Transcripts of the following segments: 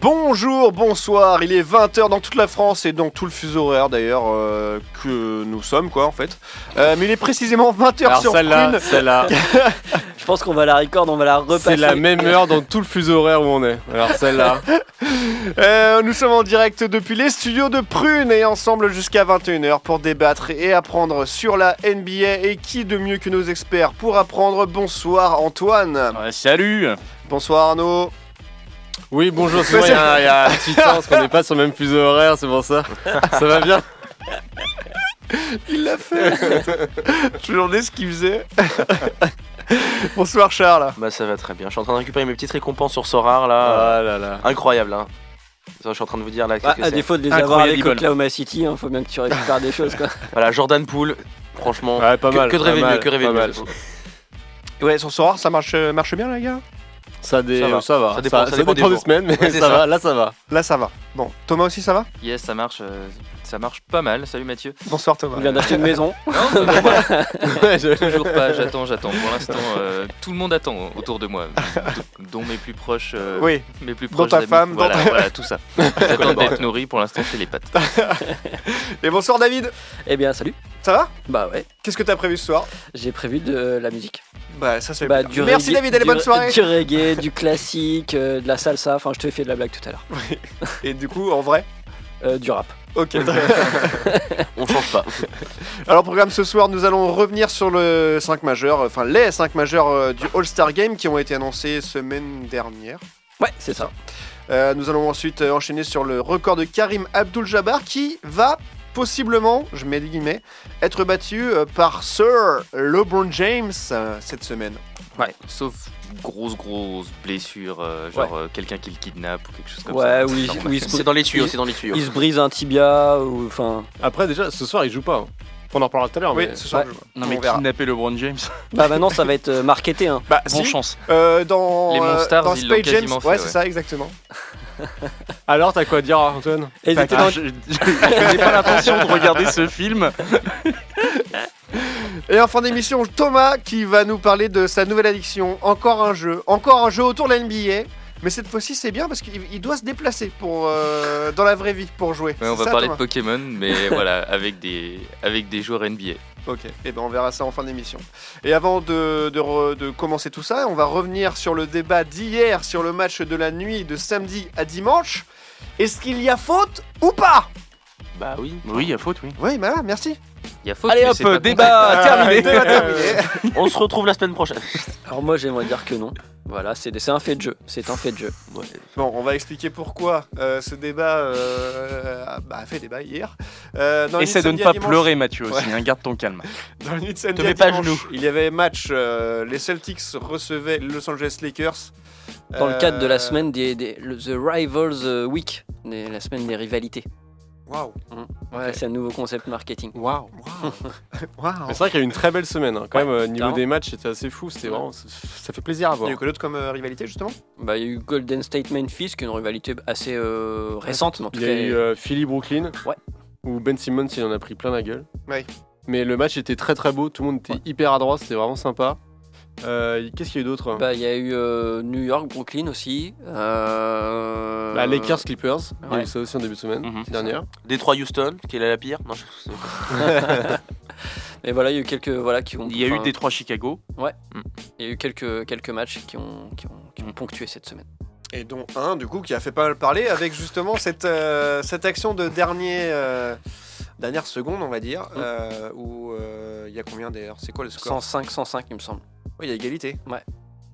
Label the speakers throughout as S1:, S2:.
S1: Bonjour, bonsoir, il est 20h dans toute la France et dans tout le fuseau horaire d'ailleurs euh, que nous sommes quoi en fait. Euh, mais il est précisément 20h
S2: Alors
S1: sur
S2: celle-là,
S1: Prune.
S2: celle-là,
S3: Je pense qu'on va la record, on va la
S2: c'est
S3: repasser.
S2: la même heure dans tout le fuseau horaire où on est. Alors celle-là,
S1: Euh, nous sommes en direct depuis les studios de Prune et ensemble jusqu'à 21h pour débattre et apprendre sur la NBA et qui de mieux que nos experts pour apprendre. Bonsoir Antoine.
S4: salut
S1: Bonsoir Arnaud.
S2: oui bonjour, c'est moi, il y, a- il y a un petit temps parce qu'on n'est pas sur le même fuseau horaire, c'est pour ça. Ça va bien
S1: Il l'a fait. Je me demandais ce qu'il faisait. bonsoir Charles.
S4: Bah ça va très bien, je suis en train de récupérer mes petites récompenses sur Sorar là.
S3: Oh
S2: Ah là là.
S4: Incroyable hein. Ça, je suis en train de vous dire là.
S3: Ah,
S4: qu'est-ce que
S3: à
S4: c'est.
S3: défaut de les
S4: Incroyable
S3: avoir avec
S4: école.
S3: Oklahoma City, hein, faut bien que tu récupères des choses. Quoi.
S4: Voilà, Jordan Poole, franchement.
S2: Ouais, pas
S4: que,
S2: mal.
S4: que de
S2: pas
S4: rêver
S2: mal,
S4: mieux, que rêver
S2: pas
S4: mieux.
S2: mal.
S1: Ouais, sur Sorare, ça marche, euh, marche bien les gars
S2: Ça, dé-
S4: Ça va.
S2: ça va,
S4: Ça dépend- ça dépend des
S2: des
S4: jours.
S2: semaines, mais
S4: Ouais,
S2: ça,
S4: c'est ça.
S2: va, là ça va.
S1: Là ça va. Bon, Thomas aussi ça va
S5: Yes, ça marche, euh, ça marche pas mal. Salut Mathieu.
S1: Bonsoir
S3: On
S1: Thomas.
S3: vient d'acheter une maison.
S5: Non, euh, bon, voilà,
S2: Ouais, je-
S5: toujours pas. J'attends, j'attends. Pour l'instant, euh, tout le monde attend autour de moi, dont mes plus proches. euh,
S1: Oui,
S5: Mes plus
S1: Dont
S5: proches
S1: ta
S5: amis.
S1: femme, dont
S5: voilà,
S1: ta-
S5: voilà, tout ça. J'attends d'être nourri. Pour l'instant, c'est les pattes.
S1: et bonsoir David.
S3: Eh bien, salut.
S1: Ça va
S3: Bah ouais,
S1: Qu'est-ce que t'as prévu ce soir
S3: j'ai prévu de euh, la musique.
S1: Bah ça c'est
S3: Bah, du
S1: Merci
S3: reggae-
S1: David, allez
S3: du-
S1: bonne soirée.
S3: Du reggae, du classique, euh, de la salsa. Enfin, je te fait de la blague tout à l'heure.
S1: Et du coup en vrai
S3: Euh, du rap.
S1: Ok. très bien.
S4: On change pas.
S1: Alors programme ce soir, nous allons revenir sur le 5 majeur, enfin les 5 majeurs euh, du All-Star Game qui ont été annoncés semaine dernière.
S3: Ouais, c'est ça.
S1: Euh, nous allons ensuite euh, enchaîner sur le record de Karim Abdul-Jabbar qui va possiblement, je mets des guillemets, être battu euh, par Sir LeBron James euh, cette semaine.
S5: Sauf grosse, grosse blessure, euh, genre euh, quelqu'un qui le kidnappe ou quelque chose comme
S3: ouais,
S5: ça.
S3: oui,
S5: Enfin,
S3: oui,
S4: C'est dans les tuyaux, c'est dans les tuyaux.
S3: Il se brise un tibia ou enfin.
S2: Après déjà, ce soir il joue pas. hein. On en reparlera tout à l'heure,
S1: Oui,
S2: mais
S1: ce soir.
S3: ouais.
S1: je vois.
S5: Non mais
S1: On verra.
S5: kidnapper LeBron James.
S3: Bah maintenant ça va être euh, marketé. Hein.
S1: Bah,
S5: Bon
S1: si,
S5: chance.
S1: euh, dans,
S5: Les
S1: euh,
S5: Monstars,
S1: dans
S5: ils l'ont
S1: Space Jam,
S5: quasiment fait,
S1: ouais, c'est
S5: ouais.
S1: ça exactement.
S2: alors t'as quoi à dire Antoine
S3: Et c'était dans-
S5: Ah, je- je- J'ai pas l'intention de regarder ce film.
S1: Et en fin d'émission, Thomas qui va nous parler de sa nouvelle addiction. Encore un jeu, encore un jeu autour de la NBA. Mais cette fois-ci, c'est bien parce qu'il il doit se déplacer pour, euh, dans la vraie vie pour jouer.
S5: Ouais, on
S1: C'est
S5: va
S1: ça,
S5: parler de
S1: Thomas
S5: Pokémon, mais voilà, avec des avec des joueurs NBA.
S1: Ok, et ben on verra ça en fin d'émission. Et avant de, de re- de commencer tout ça, on va revenir sur le débat d'hier sur le match de la nuit de samedi à dimanche. Est-ce qu'il y a faute ou pas
S4: Bah oui. Oui, à faute, oui.
S1: Oui, bah merci.
S5: Il y a faute.
S4: Allez
S5: mais
S4: hop,
S5: c'est pas
S4: débat terminé. Euh,
S1: Débat terminé.
S4: On se retrouve la semaine prochaine.
S3: Alors moi j'aimerais dire que non. Voilà, c'est c'est un fait de jeu. C'est un fait de jeu.
S1: Bon, on va expliquer pourquoi euh, ce débat euh, a- bah, a fait débat hier. Euh, dans la nuit
S6: Essaie de ne
S1: samedi à
S6: pas
S1: dimanche-
S6: pleurer, Mathieu,
S1: Ouais.
S6: aussi. hein, garde ton calme.
S1: Dans la nuit de samedi
S6: Te mets
S1: à
S6: pas à
S1: dimanche,
S6: genoux.
S1: il y avait match. euh, les Celtics recevaient les Los Angeles Lakers.
S3: Dans le cadre de la
S1: Euh,
S3: semaine des, des- le- The Rivals euh, Week, des- la semaine des rivalités. Mm.
S1: Waouh.
S3: Ouais, c'est un nouveau concept marketing.
S2: Waouh
S1: Waouh. Waouh.
S2: C'est vrai qu'il y a eu une très belle semaine, hein. quand
S3: Ouais,
S2: même, euh, niveau
S3: clairement.
S2: des matchs c'était assez fou, c'était vraiment, ça- ça fait plaisir à
S1: Il y
S2: voir.
S1: a eu que d'autres comme euh, rivalité justement.
S3: Bah il y a eu Golden State Memphis, qui est une rivalité assez euh, récente, mais en tout
S2: Il y
S3: cas.
S2: a eu euh, Philly Brooklyn.
S3: Ouais.
S2: Où Ben Simmons il en a pris plein la gueule.
S1: Ouais.
S2: Mais le match était très très beau, tout le monde était hyper adroit, c'était vraiment sympa. Euh, Qu'est-ce qu'il y a eu d'autre
S3: bah, il y a eu euh, New York, Brooklyn aussi. Euh...
S2: Bah, Lakers Clippers, il y a eu
S3: ouais.
S2: ça aussi en début de semaine
S6: Mhm.
S2: dernière.
S4: Détroit Houston, qui est la, la pire. Non, je-
S3: Et voilà, il y a eu quelques voilà qui ont.
S6: Il y a eu
S3: enfin,
S6: Détroit Chicago.
S4: Mm.
S3: Il y a eu quelques quelques matchs qui ont qui ont, qui ont ponctué cette semaine.
S1: Et dont un, du coup, qui a fait pas mal parler avec justement cette, euh, cette action de dernier, euh, dernière seconde, on va
S3: Hum.
S1: dire, euh, où euh, il y a combien d'ailleurs C'est quoi le score
S3: 105, 105, il me semble.
S1: Oui, il y a égalité.
S3: Ouais.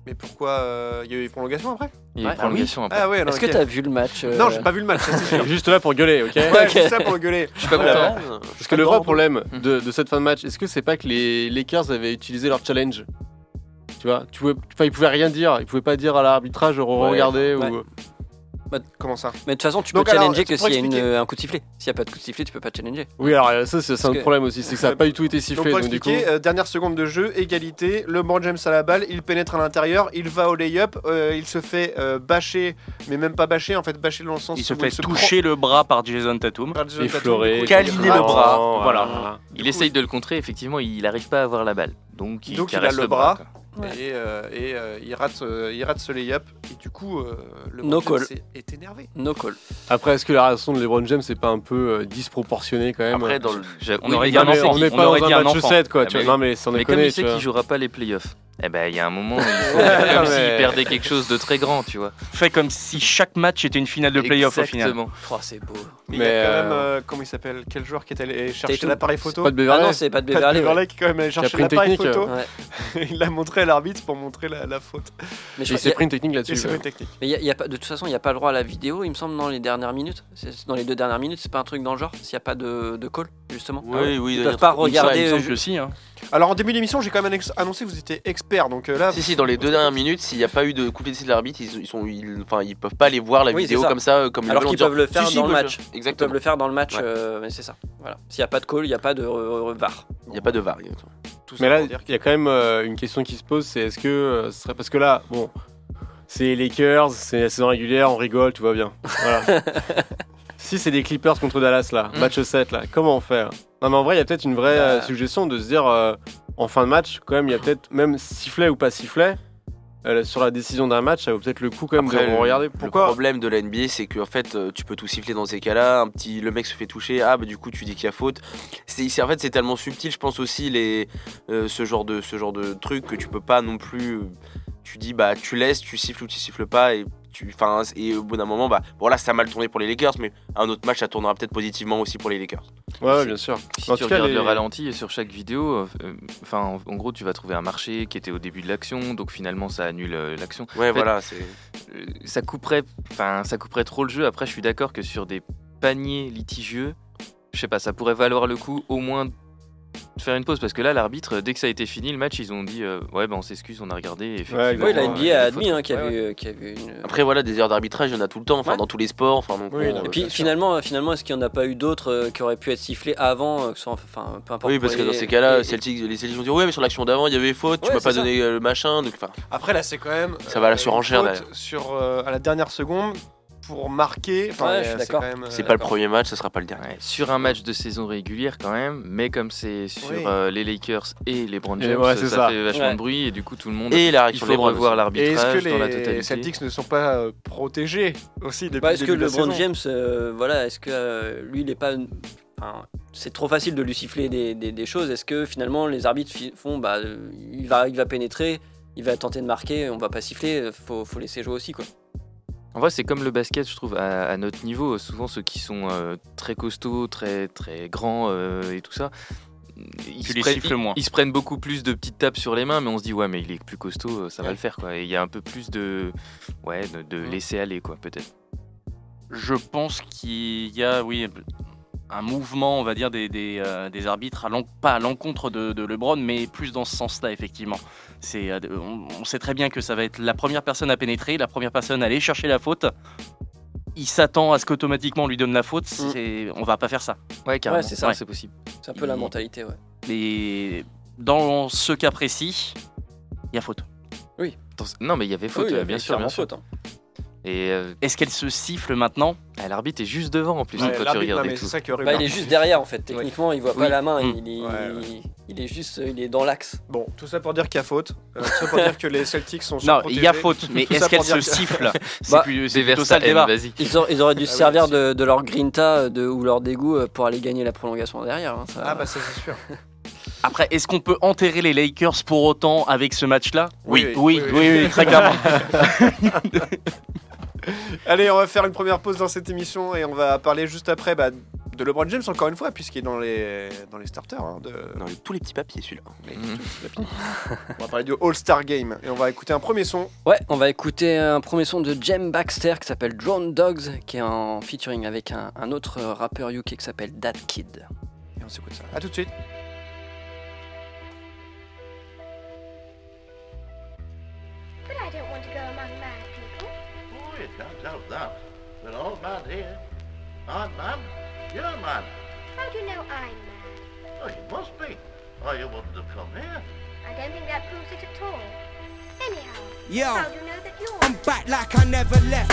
S1: Mais pourquoi euh, Il y a eu une prolongation après
S5: Il y a
S3: Ouais.
S5: eu prolongation après.
S1: Ah ouais, non,
S3: Est-ce que
S1: ok.
S3: t'as vu le match euh,
S1: Non, j'ai pas vu le match, ça, c'est sûr.
S2: Juste là pour gueuler, ok
S1: Ouais,
S3: Ok.
S1: j'ai ça pour gueuler.
S5: Je suis pas
S4: Ah, la
S5: content. Mhm.
S4: vanne.
S2: Parce que le vrai problème de, de cette fin de match, est-ce que c'est pas que les Lakers avaient utilisé leur challenge Tu vois, tu pouvais, enfin, ils pouvaient rien dire, ils pouvaient pas dire à l'arbitrage, regardez
S3: Ouais.
S2: ou.
S1: Comment ça
S3: Bah, Mais de toute façon, tu
S1: Donc,
S3: peux
S1: alors,
S3: challenger que
S1: pour
S3: s'il y a une-
S1: expliquer.
S3: un coup de sifflet. S'il n'y a pas de coup de sifflet, tu peux pas challenger.
S2: Oui, alors euh, ça, c'est c'est un
S3: Parce que-
S2: problème aussi, c'est que ça a pas du tout été
S1: Donc
S2: sifflé.
S1: pour
S2: Donc, du coup,
S1: expliquer, euh, dernière seconde de jeu, égalité, LeBron James à la balle, il pénètre à l'intérieur, il va au lay-up, euh, il se fait euh, bâcher, mais même pas bâcher, en fait bâcher dans le sens
S4: Il se
S1: où
S4: fait toucher le bras par Jason Tatum.
S1: prend par Jason Tatum,
S2: effleurer,
S1: du coup, il
S4: câliner
S1: gratte.
S4: le bras, voilà.
S5: Il essaye de le contrer, effectivement, il n'arrive pas à avoir la balle. Donc il
S1: Donc, il
S5: caresse
S1: a le
S5: le bras.
S1: bras.
S5: quoi.
S3: Ouais.
S1: Et, euh, et, euh, il, rate, euh, il rate ce lay-up, et du coup, euh, LeBron
S3: No
S1: James
S3: call.
S1: est- est énervé.
S3: No call.
S2: Après, est-ce que la réaction de LeBron James c'est pas un peu euh, disproportionnée quand même
S4: Après, dans le...
S5: J'ai-
S4: On
S5: oui,
S4: aurait dit
S5: non,
S4: un
S2: Non, mais
S5: enfant
S2: on
S5: qui-
S2: n'est
S5: on
S2: pas
S5: aurait
S2: dans
S5: dit
S2: un match 7 quoi,
S5: Ah,
S2: tu
S5: mais
S2: vois. Non, mais sans
S5: Mais comme
S2: déconner,
S5: il
S2: tu
S5: sait
S2: vois.
S5: qu'il jouera pas les playoffs, eh ben il y a un moment, il faut faire comme s'il
S2: Mais-
S5: perdait quelque chose de très grand, tu vois.
S4: fait comme si chaque match était une finale de playoff au final.
S5: Exactement.
S3: Oh, c'est beau.
S1: Mais
S2: Mais,
S1: il y a quand
S2: euh,
S1: même, euh, comment il s'appelle Quel joueur qui est allé chercher
S3: Tatum.
S1: l'appareil photo
S2: Pas de
S3: Ah
S2: Beverley.
S3: non, c'est pas de
S1: Pat
S3: Beverly. ouais.
S1: Beverley qui est quand même allé chercher
S2: pris une
S1: l'appareil
S2: technique,
S1: photo.
S3: Ouais.
S1: il l'a montré à l'arbitre pour montrer la, la faute.
S3: Mais je
S2: Et
S3: crois-
S2: c'est pris une technique
S1: Et
S2: là-dessus.
S1: c'est
S2: ouais.
S1: une technique.
S3: Mais y a- y a pas, de toute façon, il n'y a pas le droit à la vidéo, il me semble, dans les dernières minutes. C'est- Dans les deux dernières minutes, c'est pas un truc dans le genre, s'il n'y a pas de, de call, justement.
S4: Ah
S1: Ah
S4: Oui, oui,
S3: Ils
S4: d'ailleurs,
S3: peuvent pas
S4: il me semble-
S3: regarder,
S4: il me semble
S3: euh,
S4: que si, hein.
S1: Alors en début d'émission, j'ai quand même annex- annoncé que vous étiez expert. Donc euh, là,
S4: Si, si, dans les deux dernières minutes, s'il n'y a pas eu de coup d'essai de l'arbitre, ils, ils sont, ils, enfin, ils peuvent pas aller voir la
S3: Oui,
S4: vidéo
S3: c'est ça.
S4: comme ça, euh, comme ils
S3: Alors
S4: veulent,
S3: qu'ils
S4: en
S3: peuvent le
S4: disant,
S3: faire
S4: Si, si,
S3: dans
S4: ils
S3: le
S4: peuvent
S3: match. Ils peuvent
S4: Exactement.
S3: le faire dans le match,
S4: Ouais.
S3: euh, mais c'est ça. Voilà. S'il n'y a pas de call, il n'y a pas de euh, VAR.
S4: Il n'y a pas de var. exactement.
S1: tout ça
S2: Mais là,
S1: pour dire
S2: il y a quand même euh, une question qui se pose, c'est est-ce que euh, ce serait parce que là, bon, c'est les Lakers, c'est la saison régulière, on rigole, tout va bien. Voilà. si c'est des Clippers contre Dallas là,
S4: Hmm.
S5: Mm.
S2: match 7 là, comment on fait hein Non mais en vrai, il y a peut-être une vraie
S3: Bah.
S2: euh, suggestion de se dire euh, en fin de match, quand même, il y a peut-être même sifflet ou pas sifflet. euh, sur la décision d'un match, ça vaut peut-être le coup quand même
S4: Après,
S2: de
S4: le-
S2: regarder.
S4: Le
S2: Pourquoi
S4: problème de la NBA, c'est que en fait, euh, tu peux tout siffler dans ces cas-là. Un petit, le mec se fait toucher. Ah, bah du coup, tu dis qu'il y a faute. C'est, c'est- en fait, c'est tellement subtil. Je pense aussi les, euh, ce genre de, ce genre de truc que tu peux pas non plus. euh, Tu dis bah, tu laisses, tu siffles ou tu siffles pas et. tu- Enfin, et au bout d'un moment, bah, bon là ça a mal tourné pour les Lakers, mais un autre match ça tournera peut-être positivement aussi pour les Lakers.
S2: Ouais, ouais, bien sûr.
S5: Si
S2: En
S5: tu
S2: tout cas,
S5: regardes
S2: les-
S5: le ralenti sur chaque vidéo, euh, enfin en- en gros tu vas trouver un marché qui était au début de l'action, donc finalement ça annule euh, l'action.
S4: Ouais,
S5: fait,
S4: voilà, c'est.
S5: Euh, ça couperait, enfin ça couperait trop le jeu. Après je suis d'accord que sur des paniers litigieux, je sais pas, ça pourrait valoir le coup au moins de faire une pause parce que là l'arbitre, dès que ça a été fini le match, ils ont dit euh, ouais ben on s'excuse, on a regardé. et effectivement,
S2: exactement.
S3: Oui, la
S2: Ouais,
S5: il y
S3: NBA a
S5: des
S3: admis
S5: fautes.
S3: hein, qu'il y,
S5: Ouais,
S3: avait, euh, qu'il y avait une.
S4: Après voilà, des erreurs d'arbitrage, il y en a tout le temps, enfin
S3: Ouais.
S4: dans tous les sports, enfin donc. euh,
S2: Oui, non,
S3: Et
S2: mais
S3: puis
S2: bien sûr.
S3: finalement, euh, finalement est-ce qu'il n'y en a pas eu d'autres euh, qui auraient pu être sifflés avant, euh, que ce soit, enfin, peu importe.
S4: Oui, parce que
S3: pour
S4: dans
S3: les-
S4: ces cas-là,
S3: et-
S4: Celtics, les Celtics vont dire ouais, mais sur l'action d'avant, il y avait faute, tu
S3: Ouais,
S4: m'as pas
S3: c'est ça.
S4: donné euh, le machin, donc enfin.
S1: Après là, c'est quand même
S4: Ça va à la
S1: une
S4: surenchère,
S1: faute sur euh, à la dernière seconde pour marquer. Enfin,
S3: Ouais,
S1: euh,
S3: je suis
S1: c'est
S3: d'accord.
S1: quand même, euh,
S4: C'est pas le premier match, ce sera pas le dernier.
S5: Ouais, sur un match de saison régulière quand même, mais comme c'est sur
S1: Oui.
S5: euh, les Lakers et les Brown
S2: Et
S5: James, ça,
S2: ouais, c'est ça.
S5: fait vachement
S3: Ouais.
S5: de bruit et du coup tout le monde.
S4: Et la
S5: il
S4: réaction
S5: faut
S4: de LeBron
S5: revoir
S4: aussi.
S1: Et est-ce que
S5: l'arbitrage dans la
S1: les
S5: totalité.
S1: Celtics ne sont pas euh, protégés aussi depuis
S3: Bah,
S1: le
S3: est-ce que
S1: début de la
S3: LeBron
S1: saison
S3: James, euh, voilà, est-ce que euh, lui, il est pas. enfin, c'est trop facile de lui siffler des, des- des choses. Est-ce que finalement, les arbitres fi- font. Bah, euh, il, va, il va pénétrer, il va tenter de marquer, on va pas siffler, euh, faut, faut laisser jouer aussi, quoi.
S5: En vrai, c'est comme le basket, je trouve, à, à notre niveau. Souvent, ceux qui sont euh, très costauds, très très grands euh, et tout ça, ils
S4: Tu les siffles
S5: ils-
S4: moins.
S5: Ils se prennent beaucoup plus de petites tapes sur les mains, mais on se dit ouais, mais il est plus costaud, euh, ça va le faire quoi. Et il y a un peu plus de ouais de, de laisser aller quoi, peut-être.
S6: Je pense qu'il y a, oui, un mouvement, on va dire, des, des, euh, des arbitres, à l'en- pas à l'encontre de, de LeBron, mais plus dans ce sens-là, effectivement. C'est, euh, on, on sait très bien que ça va être la première personne à pénétrer, la première personne à aller chercher la faute. Il s'attend à ce qu'automatiquement on lui donne la faute. C'est, on va pas faire ça.
S5: Mm. Ouais, carrément.
S3: Ouais, c'est ça.
S5: c'est possible.
S3: C'est un peu la
S6: Il-
S3: mentalité, ouais.
S6: Mais dans ce cas précis, il y a faute.
S5: Attends, non, mais il y avait faute,
S3: Oui,
S5: euh, bien sûr, bien
S3: clairement
S5: sûr.
S3: faute, hein.
S5: Et euh,
S6: Est-ce qu'elle se siffle maintenant
S5: ah, l'arbitre est juste devant en plus
S1: Ouais,
S5: quand tu
S1: l'arbitre,
S5: regardes
S1: non,
S5: et
S1: mais
S5: tout.
S1: c'est ça qui est horrible.
S3: Bah, il est juste derrière, en fait. Techniquement, il voit pas
S6: Oui.
S3: la main,
S6: Mm.
S3: il, est,
S1: Ouais, ouais.
S3: il, il est juste. euh, Il est dans l'axe.
S1: Bon, tout ça pour dire qu'il y a faute. Euh, tout ça pour dire que les Celtics sont
S6: Non, il y a
S1: surprotégés.
S6: faute, mais
S1: Tout ça
S6: est-ce qu'elle
S1: pour dire
S6: se
S1: que-
S6: siffle C'est
S3: Bah,
S6: plus, c'est
S5: Déverse
S6: plutôt ça
S5: ta
S6: le
S5: haine,
S6: débat.
S5: Vas-y.
S3: Ils, auraient- ils auraient dû
S1: Ah
S3: se
S1: oui,
S3: servir
S1: si.
S3: de, de leur grinta euh, de, ou leur dégoût euh, pour aller gagner la prolongation derrière. hein, ça-
S1: Ah bah ça c'est sûr.
S6: Après, est-ce qu'on peut enterrer les Lakers pour autant avec ce match-là
S1: Oui,
S6: oui, oui, oui, très clairement.
S1: Allez, on va faire une première pause dans cette émission et on va parler juste après bah, de de LeBron James, encore une fois, puisqu'il est dans les, dans les starters. hein, de-
S4: Non, tous les petits papiers, celui-là.
S1: mais-
S6: Mhm.
S1: On va parler du All-Star Game et on va écouter un premier son.
S3: Ouais, on va écouter un premier son de Jem Baxter qui s'appelle Drone Dogs, qui est en featuring avec un, un autre euh, rappeur UK qui s'appelle Dat Kid.
S1: Et on s'écoute ça. A tout de suite.
S7: But I don't want to go among mad people.
S8: Oh, it comes out that. We're all mad here. I'm mad. You're mad.
S7: How do you know I'm mad?
S8: Oh, you must be. Or you wouldn't have come here.
S7: I don't think that proves it at all. Anyhow,
S9: Yo,
S7: how do you know that you're
S9: I'm back like I never left.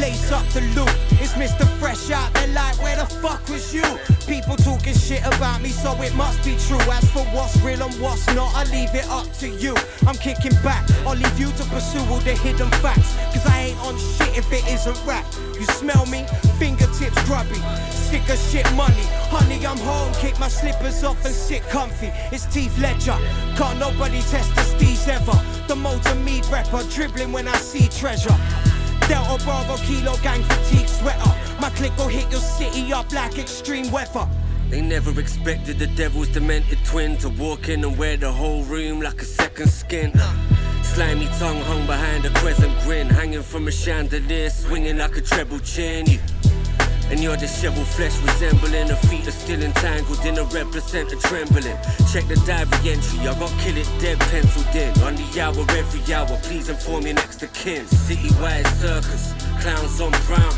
S9: Lace up the loop. It's Mr. Fresh out there, like, where the fuck was you? People talking shit about me, so it must be true. As for what's real and what's not, I leave it up to you. I'm kicking back, I'll leave you to pursue all the hidden facts. Cause I ain't on shit if it isn't rap. You smell me? Fingertips grubby. Sick of shit money. Honey, I'm home, kick my slippers off and sit comfy. It's Teeth Ledger. Can't nobody test the steez ever. The motor meat rapper dribbling when I see treasure. Delta Bravo Kilo Gang fatigue sweater. My click will hit your city up like extreme weather.
S10: They never expected the devil's demented twin to walk in and wear the whole room like a second skin. Uh, Slimy tongue hung behind a crescent grin, hanging from a chandelier, swinging like a treble chin. You- And your disheveled flesh resembling a feet are still entangled in a represent a trembling. Check the diary entry, I got kill it dead penciled in. On the hour, every hour, please inform your next of kin. Citywide circus, clowns on brown.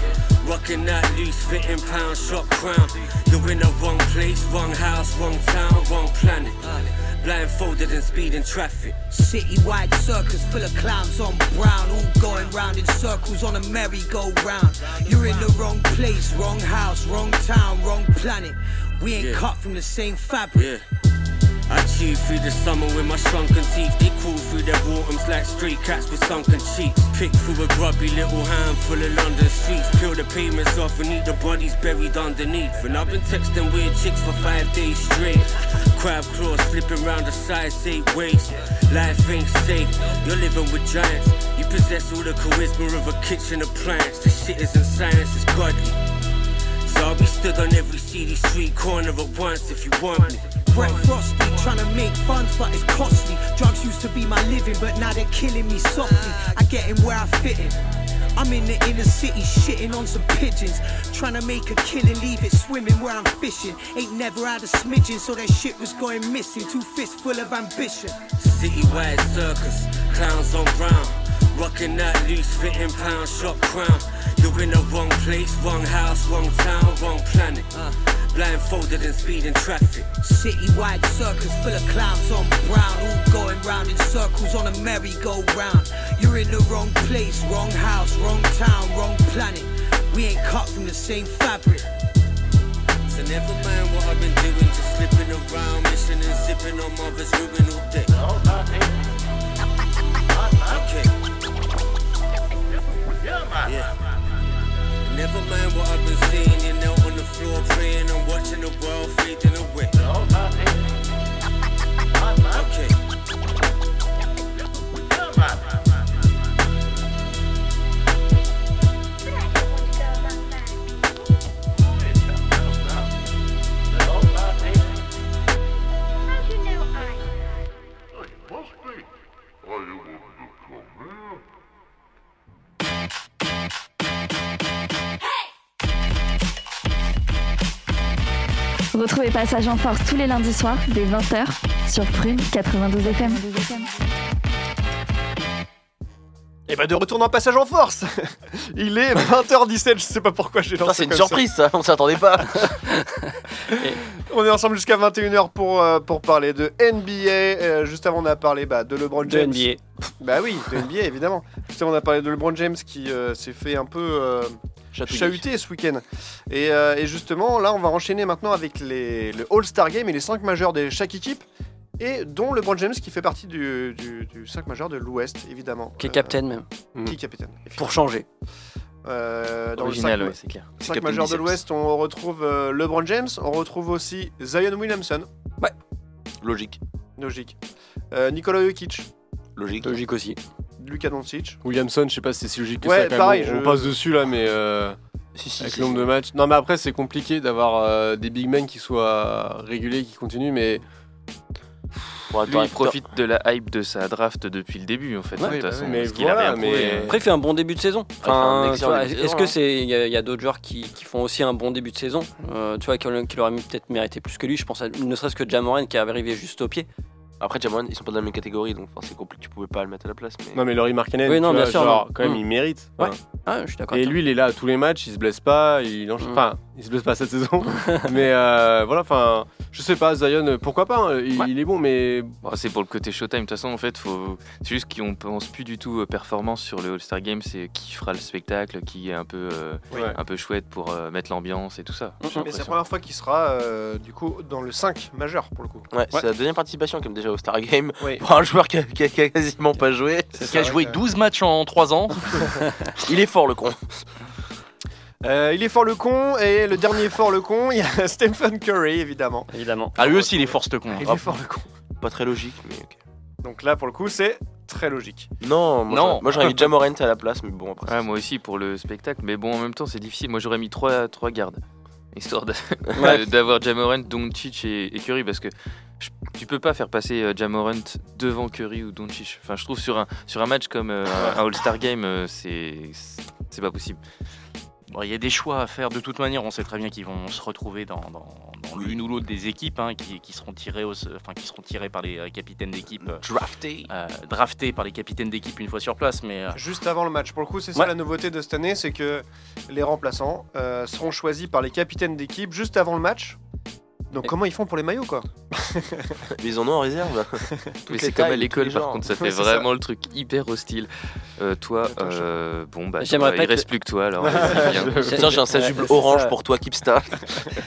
S10: Rocking that loose fitting pound shop crown. You're in the wrong place, wrong house, wrong town, wrong planet. Blindfolded and speeding traffic.
S9: Citywide circus full of clowns on brown, all going round in circles on a merry-go-round. You're in the wrong place, wrong house, wrong town, wrong planet. We ain't
S10: Yeah.
S9: cut from the same fabric.
S10: Yeah. I chew through the summer with my shrunken teeth. They crawl through their autumns like stray cats with sunken cheeks. Pick through a grubby little handful of London streets. Peel the pavements off and eat the bodies buried underneath. And I've been texting weird chicks for five days straight. Crab claws slipping round the size eight waist. Life ain't safe. You're living with giants. You possess all the charisma of a kitchen appliance. This shit isn't science, it's godly. So I'll be stood on every city street corner at once if you want me.
S9: Brett Frosty, trying to make funds, but it's costly. Drugs used to be my living, but now they're killing me softly. I get in where I fit in. I'm in the inner city, shitting on some pigeons. Trying to make a killing, leave it swimming where I'm fishing. Ain't never had a smidgen, so that shit was going missing. Two fists full of ambition.
S10: Citywide circus, clowns on brown. Rocking that loose fitting pound shop crown. You're in the wrong place, wrong house, wrong town, wrong planet. Blindfolded and speeding traffic.
S9: Citywide circus full of clowns on brown, all going round in circles on a merry-go-round. You're in the wrong place, wrong house, wrong town, wrong planet. We ain't cut from the same fabric.
S10: So never mind what I've been doing, just slipping around, missing and zipping on mother's ruin all day.
S8: We're all mad here.
S10: Okay,
S8: You're mad.
S10: never mind what I've been seeing, you know, on the floor praying and watching the world fading away.
S8: We're all mad here. I'm mad.
S10: Okay.
S8: You're mad.
S7: But I don't want to go among mad people.
S8: Oh, it comes out that. We're all mad here.
S7: How do you know I'm mad?
S8: Oh, you must be. Or you wouldn't have come here.
S11: Retrouvez Passage en Force tous les lundis soirs dès 20h sur Prune 92 FM.
S1: Et bah de retour dans Passage en Force Il est 20h17, je sais pas pourquoi j'ai
S4: Putain,
S1: lancé
S4: c'est une
S1: comme ça.
S4: surprise, ça. On s'y attendait pas.
S1: On est ensemble jusqu'à 21h pour, euh, pour parler de NBA. Euh, juste avant, on a parlé bah, de LeBron
S3: De
S1: James.
S3: NBA.
S1: Bah oui, de NBA, évidemment. Juste avant, on a parlé de LeBron James qui euh, s'est fait un peu euh,
S4: Chatouille.
S1: chahuté ce week-end. Et, euh, et justement, là, on va enchaîner maintenant avec les, le All-Star Game et les 5 majeurs de chaque équipe. Et dont LeBron James qui fait partie du, du, 5 majeur de l'Ouest, évidemment.
S3: Qui est
S1: Euh,
S3: captain même.
S1: Qui est capitaine.
S3: Pour changer.
S1: Euh, dans
S5: Original,
S1: le 5,
S5: ouais, c'est clair.
S4: C'est
S1: 5
S4: Captain
S1: majeurs de
S4: Biceps.
S1: l'Ouest, on retrouve euh, LeBron James, on retrouve aussi Zion Williamson,
S4: Logique.
S1: logique. Euh, Nikola Jokic,
S4: Logique.
S3: Logique aussi.
S1: Luka Doncic.
S2: Williamson, je sais pas si c'est si logique que
S1: Ouais,
S2: ça. Quand
S1: pareil,
S2: même. On, on
S1: je-
S2: passe dessus là, mais euh,
S4: si,
S2: avec
S4: si,
S2: le nombre
S4: si.
S2: de matchs. Non, mais après, c'est compliqué d'avoir euh, des big men qui soient réguliers, qui continuent, mais.
S5: Lui, il profite de la hype de sa draft depuis le début, en fait. de
S2: Ouais,
S5: toute
S2: bah
S5: façon,
S2: oui, mais
S5: parce qu'il euh,
S2: voilà,
S5: a rien prouvé.
S2: mais-
S3: Après, il fait un bon début de saison. Enfin,
S5: Enfin,
S3: tu vois,
S5: excellent début de
S3: Est-ce
S5: saison,
S3: que
S5: hein.
S3: c'est il y, a- il y a d'autres joueurs qui, qui font aussi un bon début de saison euh, Tu vois, qui, auraient- qui l'auraient peut-être mérité plus que lui. Je pense à, ne serait-ce que Jamoran qui est arrivé juste au pied.
S4: Après, Jamoran, ils sont pas dans la même catégorie, donc enfin, c'est compliqué, tu pouvais pas le mettre à la place. Mais...
S2: Non, mais Laurie Markkanen,
S3: Oui, non,
S2: tu
S3: bien
S2: vois,
S3: sûr,
S2: genre,
S3: non.
S2: quand même,
S3: Mm.
S2: il mérite.
S3: Ouais.
S2: Enfin,
S3: Ah, je suis d'accord.
S2: Et
S3: avec toi.
S2: lui, il est là à tous les matchs, il se blesse pas, il enchaîne-
S3: Mm.
S2: enfin, il se blesse pas cette saison. mais euh, voilà, enfin, je sais pas, Zion, euh, pourquoi pas hein, il, il est bon, mais
S5: Bon, c'est pour le côté Showtime. De toute façon, en fait, faut... c'est juste qu'on pense plus du tout euh, performance sur le All-Star Game. C'est qui fera le spectacle, qui est un peu, euh,
S1: Oui.
S5: un peu chouette pour euh, mettre l'ambiance et tout ça.
S3: Mm,
S4: Mm,
S5: j'ai
S1: Mais c'est la
S5: l'impression.
S1: première fois qu'il sera euh, du coup dans le 5 majeur pour le coup.
S4: Ouais, c'est la deuxième participation, comme déjà au Star Game,
S1: Oui.
S4: pour un joueur qui a, qui a- qui a quasiment pas joué.
S6: Qui a joué 12 matchs en 3 ans.
S4: Il est fort, le con.
S1: Euh, il est fort le con et le dernier fort le con, il y a Stephen Curry évidemment.
S3: Évidemment.
S6: Ah, lui aussi, il est force de con.
S1: Il
S4: Ah,
S1: est fort le con.
S4: Pas très logique, mais ok.
S1: Donc là pour le coup c'est très logique.
S4: Non, moi,
S5: Non.
S4: j'aurais- moi j'aurais mis Jamorant à la place, mais bon, après.
S5: Ouais, moi aussi pour le spectacle. Mais bon, en même temps, c'est difficile. Moi, j'aurais mis trois, trois gardes. Histoire de-
S3: Ouais.
S5: d'avoir Jamorant, Doncic et, et Curry. Parce que je- tu peux pas faire passer euh, Jamorant devant Curry ou Doncic. Enfin, je trouve sur un, sur un match comme euh, un All-Star Game, euh, c'est c'est pas possible.
S6: Bon, Il y a des choix à faire de toute manière. On sait très bien qu'ils vont se retrouver dans, dans- dans l'une ou l'autre des équipes hein, qui, qui seront tirées au- enfin, qui seront tirées par les euh, capitaines d'équipe, euh,
S4: Drafté.
S6: euh, draftées par les capitaines d'équipe une fois sur place. Mais euh,
S1: Juste avant le match. Pour le coup, c'est ça
S6: Ouais.
S1: la nouveauté de cette année, c'est que les remplaçants euh, seront choisis par les capitaines d'équipe juste avant le match. Donc
S3: Et-
S1: comment ils font pour les maillots quoi
S4: Mais ils en ont en réserve.
S5: Mais
S4: les
S5: c'est comme à
S4: tailles, tous
S5: l'école,
S4: les
S5: par
S4: genres.
S5: contre, ça fait
S1: Ouais, c'est
S5: vraiment le truc hyper hostile. Euh, toi, euh, bon, bah,
S3: J'aimerais
S5: toi,
S3: pas
S5: il
S3: que-
S5: reste plus que toi alors. vas-y, viens.
S3: J'ai-
S4: Tiens, j'ai un
S3: ouais,
S4: sajuble
S3: c'est
S4: orange
S3: ça.
S4: pour toi, Kipsta.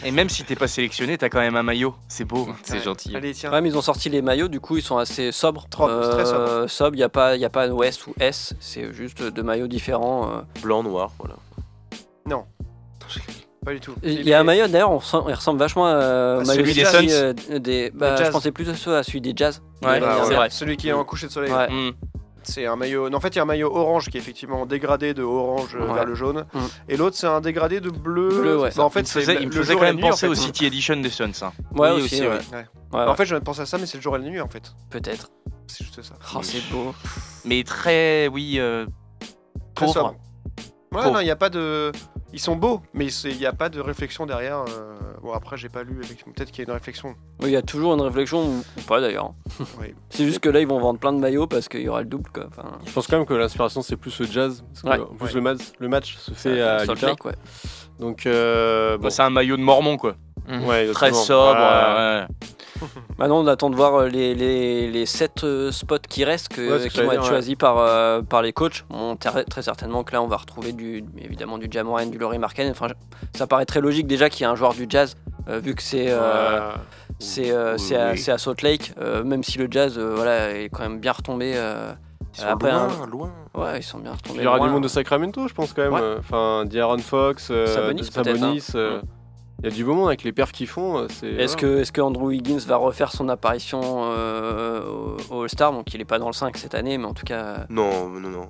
S6: Et même si t'es pas sélectionné, t'as quand même un maillot. C'est beau.
S5: c'est gentil.
S1: Allez, tiens.
S3: Ouais, mais ils ont sorti les maillots, du coup ils sont assez sobres.
S1: Trop- très sobres.
S3: sobres, il n'y a pas, y a pas OS ou S, c'est juste deux maillots différents. euh.
S4: Blanc, noir, voilà.
S1: Pas du tout.
S3: Il y a un maillot d'ailleurs, on ressemble, il ressemble vachement à
S1: À
S3: maillot
S1: celui
S6: des
S3: aussi,
S6: Suns.
S3: euh, des- bah,
S1: Jazz.
S3: je pensais plutôt à celui des Jazz. de
S6: Ouais,
S3: l'année
S1: Ah,
S6: c'est
S1: ouais.
S3: dernière.
S6: vrai.
S1: Celui qui est en coucher de soleil.
S3: Ouais.
S6: Mm.
S1: C'est un maillot. Non, en fait, il y a un maillot orange qui est effectivement dégradé de orange euh,
S3: Ouais.
S1: vers le jaune.
S3: Mm.
S1: Et l'autre, c'est un dégradé de bleu.
S3: Bleu, ouais.
S1: Bah, en fait,
S6: il me faisait,
S1: c'est
S6: il me
S1: le
S6: faisait
S1: jour
S6: quand
S1: et la
S6: même
S1: nuit, en
S6: penser
S1: fait.
S6: au City Edition des Suns. hein.
S3: Ouais,
S4: Oui,
S3: aussi,
S4: aussi,
S3: ouais.
S4: ouais.
S1: Ouais. Bah,
S3: Ouais,
S1: En
S3: ouais,
S1: fait, je viens de penser à ça, mais c'est le jour et la nuit en fait.
S3: peut-être.
S1: C'est juste ça.
S3: Oh, c'est beau.
S6: Mais très, oui, euh,
S1: Très
S6: pauvre.
S1: sobre. Ouais,
S6: Pauvre.
S1: non, il n'y a pas de. Ils sont beaux, mais c'est- il n'y a pas de réflexion derrière. euh, Bon, après, j'ai pas lu, effectivement. Peut-être qu'il y a une réflexion.
S3: Oui, Il y a toujours une réflexion, ou ou pas d'ailleurs.
S1: Oui.
S3: C'est juste que là ils vont vendre plein de maillots parce qu'il y aura le double. Quoi. Enfin,
S2: je pense quand même que l'inspiration c'est plus le jazz, parce que,
S3: Ouais.
S2: en plus le match, le match se fait
S3: euh,
S2: à
S3: Salt
S2: Utah.
S3: Lake, ouais.
S2: Donc euh,
S6: Bah,
S2: bon.
S6: c'est un maillot de Mormon, quoi.
S2: Ouais,
S6: Très
S2: exactement.
S6: sobre.
S2: Mhm. Ouais.
S6: euh, ouais.
S3: Maintenant, on attend de voir euh, les, les, les 7 spots qui restent, que-
S2: Ouais, c'est ce que
S3: qui
S2: j'allais
S3: vont être
S2: dire,
S3: choisis par, euh, par les coachs. Bon, ter- très certainement que là, on va retrouver du, évidemment du Jamoran, du Laurie Marken. Enfin, je- ça paraît très logique déjà qu'il y ait un joueur du jazz, euh, vu que c'est euh, c'est euh,
S4: Oui,
S3: c'est à,
S4: oui.
S3: c'est à Salt Lake, euh, même si le jazz euh, voilà, est quand même bien retombé. euh,
S4: Ils sont
S3: Après,
S4: loin,
S3: hein.
S4: loin.
S3: ouais, ils sont bien retombés.
S2: Il y aura
S3: loin.
S2: du monde de Sacramento, je pense quand même.
S3: Ouais.
S2: Euh, Enfin, d'Aaron Fox, euh,
S3: Sabonis,
S2: de
S3: peut-être, hein.
S2: Sabonis. euh, Il y a du beau monde avec les perfs qu'ils font. euh, C'est,
S3: Est-ce que, est que Andrew Higgins va refaire son apparition euh, au au All-Star Donc, il n'est pas dans le 5 cette année, mais en tout cas, euh,
S4: Non, non, non.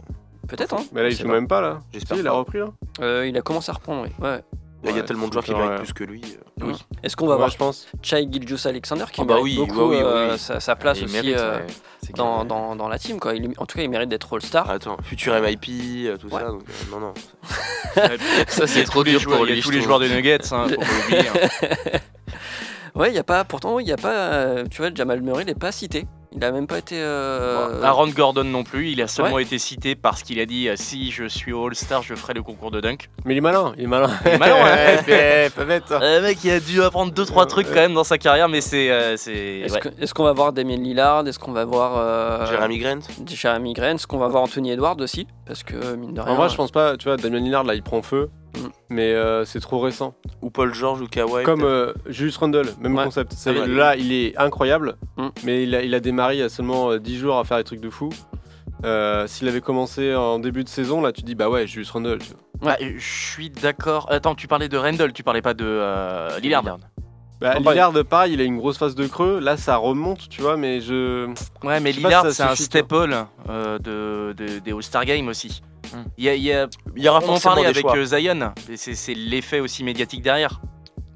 S3: peut-être. hein.
S2: Mais là,
S3: Je
S2: il
S3: sais
S2: joue
S3: pas.
S2: même pas là.
S4: J'espère
S2: Si, il a repris là.
S3: Euh, il a commencé à reprendre, oui. Ouais.
S4: Il y a
S2: Ouais,
S4: tellement de
S2: c'est
S4: joueurs qui
S2: clair,
S4: méritent
S2: ouais.
S4: plus que lui.
S3: Hein. Est-ce qu'on va voir
S2: je pense.
S3: Chai Gilgius Alexander qui
S4: Ah bah
S3: mérite
S4: oui,
S3: beaucoup
S4: oui, oui, oui,
S3: euh,
S4: oui.
S3: sa, sa place
S5: Il
S3: aussi
S5: mérite,
S3: euh,
S5: ouais. C'est
S3: dans,
S5: clair.
S3: dans- dans la team. Quoi. Il- en tout cas, il mérite d'être All-Star.
S4: Ah, Attends, futur MIP, euh, tout ça. Donc, euh, non, non.
S5: Ça, c'est trop
S6: Tous les
S5: dur
S6: joueurs-
S5: pour
S6: il y
S5: lui.
S6: a tous
S5: je
S6: les
S5: trouve.
S6: joueurs des Nuggets, hein, faut pas oublier, hein.
S3: Ouais, il y a pas, pourtant, il n'y a pas. euh, tu vois, Jamal Murray n'est pas cité. Il n'a même pas été. euh,
S6: Aaron Gordon non plus, il a seulement été cité parce qu'il a dit euh, si je suis au All-Star, je ferai le concours de dunk.
S2: Mais il est malin, il est malin.
S6: Il est malin, hein.
S3: Eh,
S2: pas bête. hein.
S6: Le mec, il a dû apprendre 2-3 trucs quand même dans sa carrière, mais c'est. euh, c'est-
S3: Est-ce
S6: ouais.
S3: que- est-ce qu'on va voir Damien Lillard Est-ce qu'on va voir euh,
S4: Jeremy Grant.
S3: Jeremy Grant Est-ce qu'on va voir Anthony Edwards aussi Parce que, mine de rien.
S2: En vrai, je pense pas. Tu vois, Damien Lillard là, il prend feu.
S3: Mm.
S2: Mais euh, c'est trop récent.
S4: Ou Paul George ou Kawhi.
S2: Comme
S4: peut-être.
S2: euh, Julius Randle, même
S3: Ouais.
S2: concept. C'est-
S4: Ah ouais.
S2: Là, il est incroyable,
S3: Mm.
S2: mais il a, il a démarré il y a seulement euh, 10 jours à faire des trucs de fou. Euh, S'il avait commencé en début de saison, là, tu te dis bah ouais, Julius Randle. tu vois.
S6: Ouais, je suis d'accord. Attends, tu parlais de Randall, tu parlais pas de euh, Lillard.
S2: Bah,
S3: Non, pareil.
S2: Lillard, pareil, il a une grosse phase de creux. Là, ça remonte, tu vois, mais je.
S6: Ouais, mais
S2: Je sais pas
S6: Lillard,
S2: si ça
S6: c'est un
S2: suffit, toi.
S6: staple euh, de, de- des All-Star Games aussi. Il y, a- il y a-
S4: Hmm. Il y aura
S6: on en
S4: forcément
S6: parlait
S4: des
S6: avec
S4: choix.
S6: euh, Zion, et c'est c'est l'effet aussi médiatique derrière.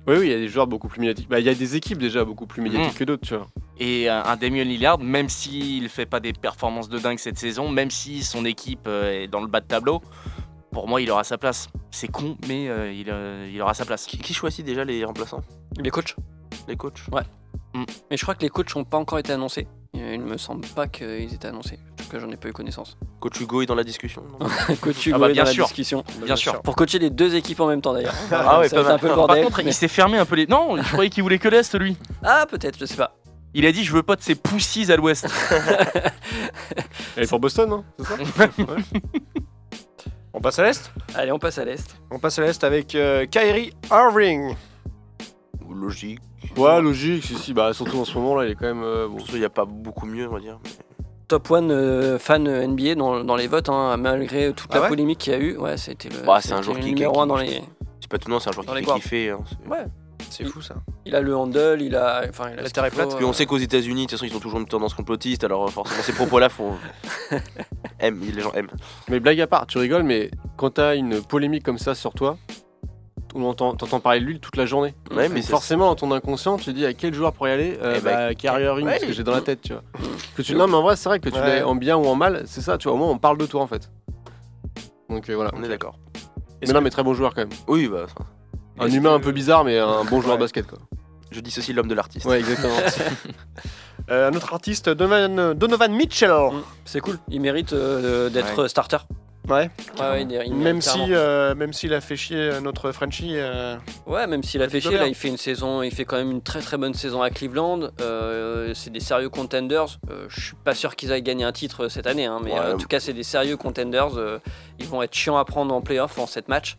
S2: Oui, oui, il y a des joueurs beaucoup plus médiatiques. Bah, il y a des équipes déjà beaucoup plus
S6: Mm.
S2: médiatiques que d'autres, tu vois.
S6: Hmm. Et euh, un Damien Lillard, même s'il fait pas des performances de dingue cette saison, même si son équipe euh, est dans le bas de tableau, pour moi, il aura sa place. C'est con, mais euh, il, euh, il aura sa place.
S4: Qui, choisit déjà les remplaçants
S3: Les coachs
S4: Les coachs
S3: Ouais. Mais je crois que les coachs n'ont pas encore été annoncés. Euh, Il me semble pas qu'ils étaient annoncés. En tout cas, j'en ai pas eu connaissance.
S4: Coach Hugo est dans la discussion.
S3: Coach Hugo
S6: Ah bah,
S3: est
S6: bien
S3: dans
S6: sûr.
S3: la discussion.
S6: Bien Bien sûr. sûr.
S3: Pour coacher les deux équipes en même temps d'ailleurs.
S6: Ah ouais,
S3: Ça
S6: pas mal.
S3: va être un peu le
S6: Par
S3: bordel.
S6: contre,
S3: mais-
S6: il s'est fermé un peu les. Non, je croyais qu'il voulait que l'Est, lui.
S3: Ah, peut-être, je sais pas.
S6: Il a dit Je veux pas de ces poussies à l'Ouest.
S2: Elle est pour Boston, non C'est ça
S1: On passe à l'Est
S3: Allez, on passe à l'Est.
S1: On passe à l'Est avec euh, Kyrie Irving.
S4: Logique.
S2: Ouais, logique, si, si. Bah, surtout en ce moment, là, il est quand même. euh, bon.
S4: Il n'y a pas beaucoup mieux, on va dire.
S3: Top 1 fan euh, NBA dans, dans les votes, hein, malgré toute
S4: Ah
S3: la
S4: ouais
S3: polémique qu'il y a eu. Ouais, c'était le,
S4: Bah, c'est un
S3: c'était
S4: joueur
S3: le
S4: qui-
S3: numéro
S4: qui-
S3: 1 dans
S4: qui-
S3: les.
S4: C'est pas tout, non, c'est un joueur
S3: Dans
S4: qui
S3: les
S4: fait
S3: corps.
S4: kiffer. hein, c'est-
S3: Ouais.
S1: C'est fou ça.
S3: Il a le handle, il a. Enfin, il a
S1: La
S3: ce
S1: terre
S3: qu'il
S1: est plate,
S3: faut,
S4: Puis
S3: euh,
S4: on sait qu'aux États-Unis, de toute façon, ils ont toujours une tendance complotiste, alors euh, forcément, ces propos-là font. aiment, les gens aiment.
S2: Mais blague à part, tu rigoles, mais quand t'as une polémique comme ça sur toi, on entend, t'entends parler de lui toute la journée.
S4: Ouais, mais
S2: Mais
S4: c'est-
S2: forcément, dans ton inconscient, tu dis à quel joueur pour y aller euh,
S4: Eh
S2: bah,
S4: ben,
S2: Kyrie Irving,
S4: ouais.
S2: parce que j'ai dans la tête, tu vois. Que tu... Non, mais en vrai, c'est vrai que tu
S1: Ouais.
S2: l'as en bien ou en mal, c'est ça, tu vois. Au moins, on parle de toi, en fait. Donc euh, voilà.
S4: on est d'accord.
S2: Mais non, mais très bon joueur quand même.
S4: Oui, bah, ça-
S2: Un
S1: Est-ce
S2: humain un
S1: que-
S2: peu bizarre, mais un bon joueur
S1: Ouais.
S2: de basket, quoi.
S4: je dis ceci l'homme de l'artiste.
S2: Ouais, exactement.
S1: Euh, un autre artiste, Donovan, Donovan Mitchell.
S3: Mm. C'est cool, il mérite euh, de- d'être euh, starter.
S1: Ouais.
S3: Ouais, ouais, il- il mérite
S1: Même
S3: carrément.
S1: si, euh, même s'il a fait chier euh, notre Frenchie. euh,
S3: Ouais, même s'il a fait
S1: Plutôt
S3: chier, là,
S1: bien.
S3: il fait une saison, il fait quand même une très très bonne saison à Cleveland. Euh, c'est des sérieux contenders. Euh, je suis pas sûr qu'ils aillent gagner un titre euh, cette année, hein, mais
S4: Ouais.
S3: euh, en tout cas, c'est des sérieux contenders. Euh, ils vont être chiants à prendre en playoff en 7 matchs.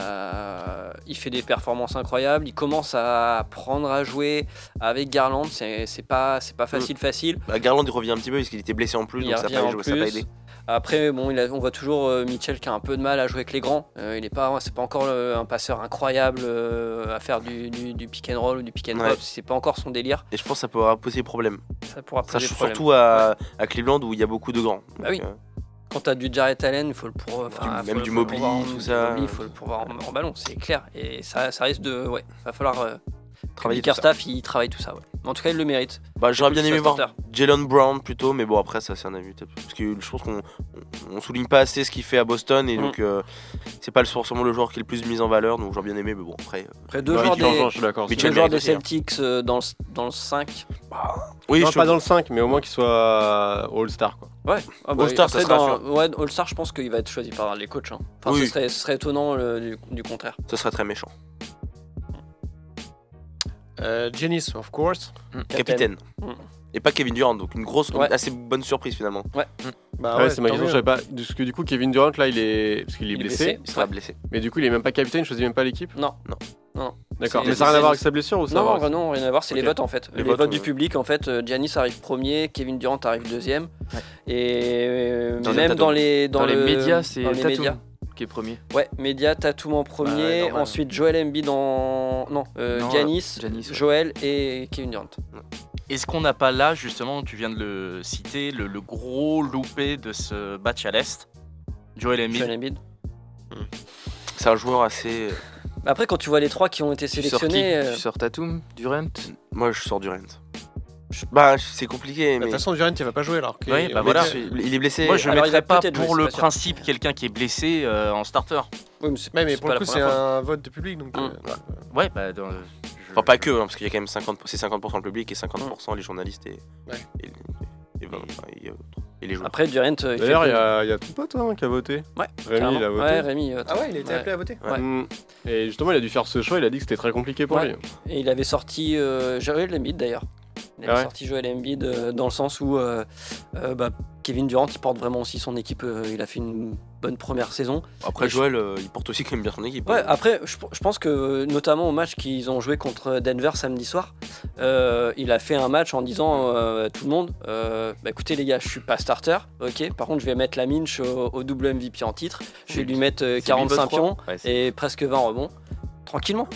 S3: Euh, il fait des performances incroyables. Il commence à apprendre à jouer avec Garland. C'est c'est pas, c'est pas facile, facile.
S4: Bah, Garland, il revient un petit peu, parce qu'il était blessé en plus,
S3: Il
S4: donc ça
S3: revient
S4: n'a pas,
S3: en
S4: joué, ça a pas
S3: plus.
S4: aidé.
S3: Après, bon, il a- on voit toujours euh, Mitchell qui a un peu de mal à jouer avec les grands. Euh, il est pas, c'est pas encore le- un passeur incroyable euh, à faire du, du- du pick and roll ou du pick and
S4: Ouais.
S3: pop. C'est pas encore son délire.
S4: Et je pense que ça pourra poser problème.
S3: Ça pourra
S4: Ça,
S3: poser problème.
S4: surtout à, à Cleveland où il y a beaucoup de grands.
S3: Bah oui.
S4: Donc, euh,
S3: quand t'as du Jarrett Allen, il faut le pour, enfin,
S4: Du-
S3: faut
S4: même
S3: le-
S4: du
S3: faut le
S4: Mobley,
S3: pouvoir en-
S4: tout ça.
S3: Mobley, faut le pouvoir en, en ballon, c'est clair. Et ça, ça risque de, ouais, va falloir euh,
S4: Travailler
S3: que Baker
S4: tout ça.
S3: Staff, il travaille tout ça. Ouais. Mais en tout cas, il le mérite.
S4: Bah, j'aurais
S3: Cool,
S4: bien aimé
S3: ça,
S4: voir
S3: starter.
S4: Jalen Brown plutôt, mais bon, après, ça, c'est un avis. peut-être. Parce que je pense qu'on on- on souligne pas assez ce qu'il fait à Boston, et
S3: Mm.
S4: donc, euh, c'est pas le- forcément le joueur qui est le plus mis en valeur, donc j'aurais bien aimé, mais bon, après. euh,
S3: Après deux
S4: Ouais,
S3: joueurs
S4: il est en
S3: des,
S2: je suis d'accord.
S4: Mais
S3: deux
S4: tu- Mitchell
S3: joueurs
S4: mérite
S3: des
S4: aussi, hein.
S3: Celtics euh, dans, le, dans le 5.
S4: Oui,
S2: non,
S4: je
S2: pas dans le 5, mais au moins qu'il soit All-Star, quoi.
S3: Ouais, Ah bah
S4: All-Star, ça
S3: après,
S4: sera
S3: dans- ouais, All-Star, je pense qu'il va être choisi par les coachs. hein. Enfin,
S4: Oui.
S3: ce, serait, ce serait étonnant le- du, du contraire.
S4: ça serait très méchant.
S1: euh, Giannis, of course.
S4: Capitaine.
S3: Mm.
S4: Et pas Kevin Durant, donc une grosse, une
S3: Ouais.
S4: assez bonne surprise finalement.
S1: Bah
S2: Ah ouais, c'est ma
S1: tant
S2: question, je
S1: mieux.
S2: savais pas. Parce que du coup, Kevin Durant, là, il est. Parce qu'il est,
S3: hein. Il est
S2: blessé.
S3: blessé.
S4: Il sera
S3: Ouais.
S4: blessé.
S2: Mais du coup, il est même pas capitaine, il choisit même pas l'équipe.
S3: Non.
S4: Non.
S3: Non.
S2: D'accord.
S3: C'est-
S2: Mais ça n'a rien à voir avec
S3: c'est-
S2: sa blessure ou ça a à
S3: Non, non,
S2: voir
S3: non, rien à voir, c'est
S4: Ok.
S3: les votes en fait.
S4: Les
S3: Les,
S4: votes,
S3: votes,
S4: euh,
S3: du public en fait. euh, Giannis arrive premier, Kevin Durant arrive deuxième. Et euh,
S4: Dans les
S3: même
S4: Tatum.
S3: dans les,
S5: Dans, les
S3: le-
S5: médias, c'est
S3: dans les médias.
S5: Tatum qui est premier.
S3: Ouais, Média, Tatum en premier,
S5: normal.
S3: ensuite Joel Embiid en. Non, euh,
S5: Non,
S3: Giannis,
S5: Giannis, ouais.
S3: Joel et Kevin Durant.
S6: Est-ce qu'on n'a pas là, justement, tu viens de le citer, le, le gros loupé de ce match à l'Est Joel
S3: Joel
S6: Embiid.
S3: Embiid.
S4: C'est un joueur assez.
S3: Après, quand tu vois les trois qui ont été
S5: Tu sors, qui
S3: sélectionnés. euh,
S5: tu sors Tatum, Durant
S4: Moi, je sors Durant. Je- Bah, c'est compliqué,
S1: De
S4: mais.
S1: toute façon, Durant, il va pas jouer alors. que-
S6: Oui, bah
S1: mais-
S6: voilà.
S4: Je- Il est blessé.
S6: Moi, je ne
S3: Alors, il
S6: mettrais
S3: va
S6: pas
S3: peut-être jouer,
S6: pour
S3: c'est
S6: le
S3: pas sûr.
S6: principe quelqu'un qui est blessé euh, en starter.
S3: Oui, mais c'est
S1: Ouais, mais
S3: c'est
S1: pour
S3: pas
S1: le
S3: la
S1: coup, c'est
S3: première fois.
S1: un vote de public. Donc,
S3: Mm.
S1: euh,
S6: Ouais, bah. dans- je-
S4: Mmh.
S6: Mmh.
S4: Enfin, pas que, hein, parce qu'il y a quand même 50%, c'est 50% le public et 50% les journalistes et,
S1: Ouais.
S4: et, et- et- et- et- et les joueurs.
S3: Après, Durant, euh, il
S2: D'ailleurs,
S3: fait
S2: il y, a- il y a ton pote hein, qui a voté.
S3: Ouais,
S2: Rémi,
S3: carrément.
S2: il a voté.
S3: Ouais, Rémi. euh,
S1: Ah ouais, il a été
S3: ouais.
S1: appelé à voter.
S4: ouais.
S2: Mm. Et justement, il a dû faire ce choix, il a dit que c'était très compliqué pour
S3: Ouais.
S2: lui.
S4: hein.
S3: Et il avait sorti euh, Joel Embiid d'ailleurs. Il avait
S2: Ah ouais.
S3: sorti Joel Embiid euh, dans le sens où euh, euh, bah, Kevin Durant il porte vraiment aussi son équipe. euh, il a fait une bonne première saison.
S4: Après,
S3: Et je-
S4: Joël, euh, il porte aussi quand même bien son équipe.
S3: Ouais,
S4: hein.
S3: après, je, je pense que notamment au match qu'ils ont joué contre Denver samedi soir, euh, il a fait un match en disant euh, à tout le monde euh, bah, écoutez les gars, je suis pas starter, ok. Par contre, je vais mettre la minche au, au double MVP en titre. Je vais lui mettre euh,
S4: C'est lui,
S3: 45
S4: votre
S3: pions
S4: Ouais, c'est-
S3: et presque 20 rebonds. Tranquillement.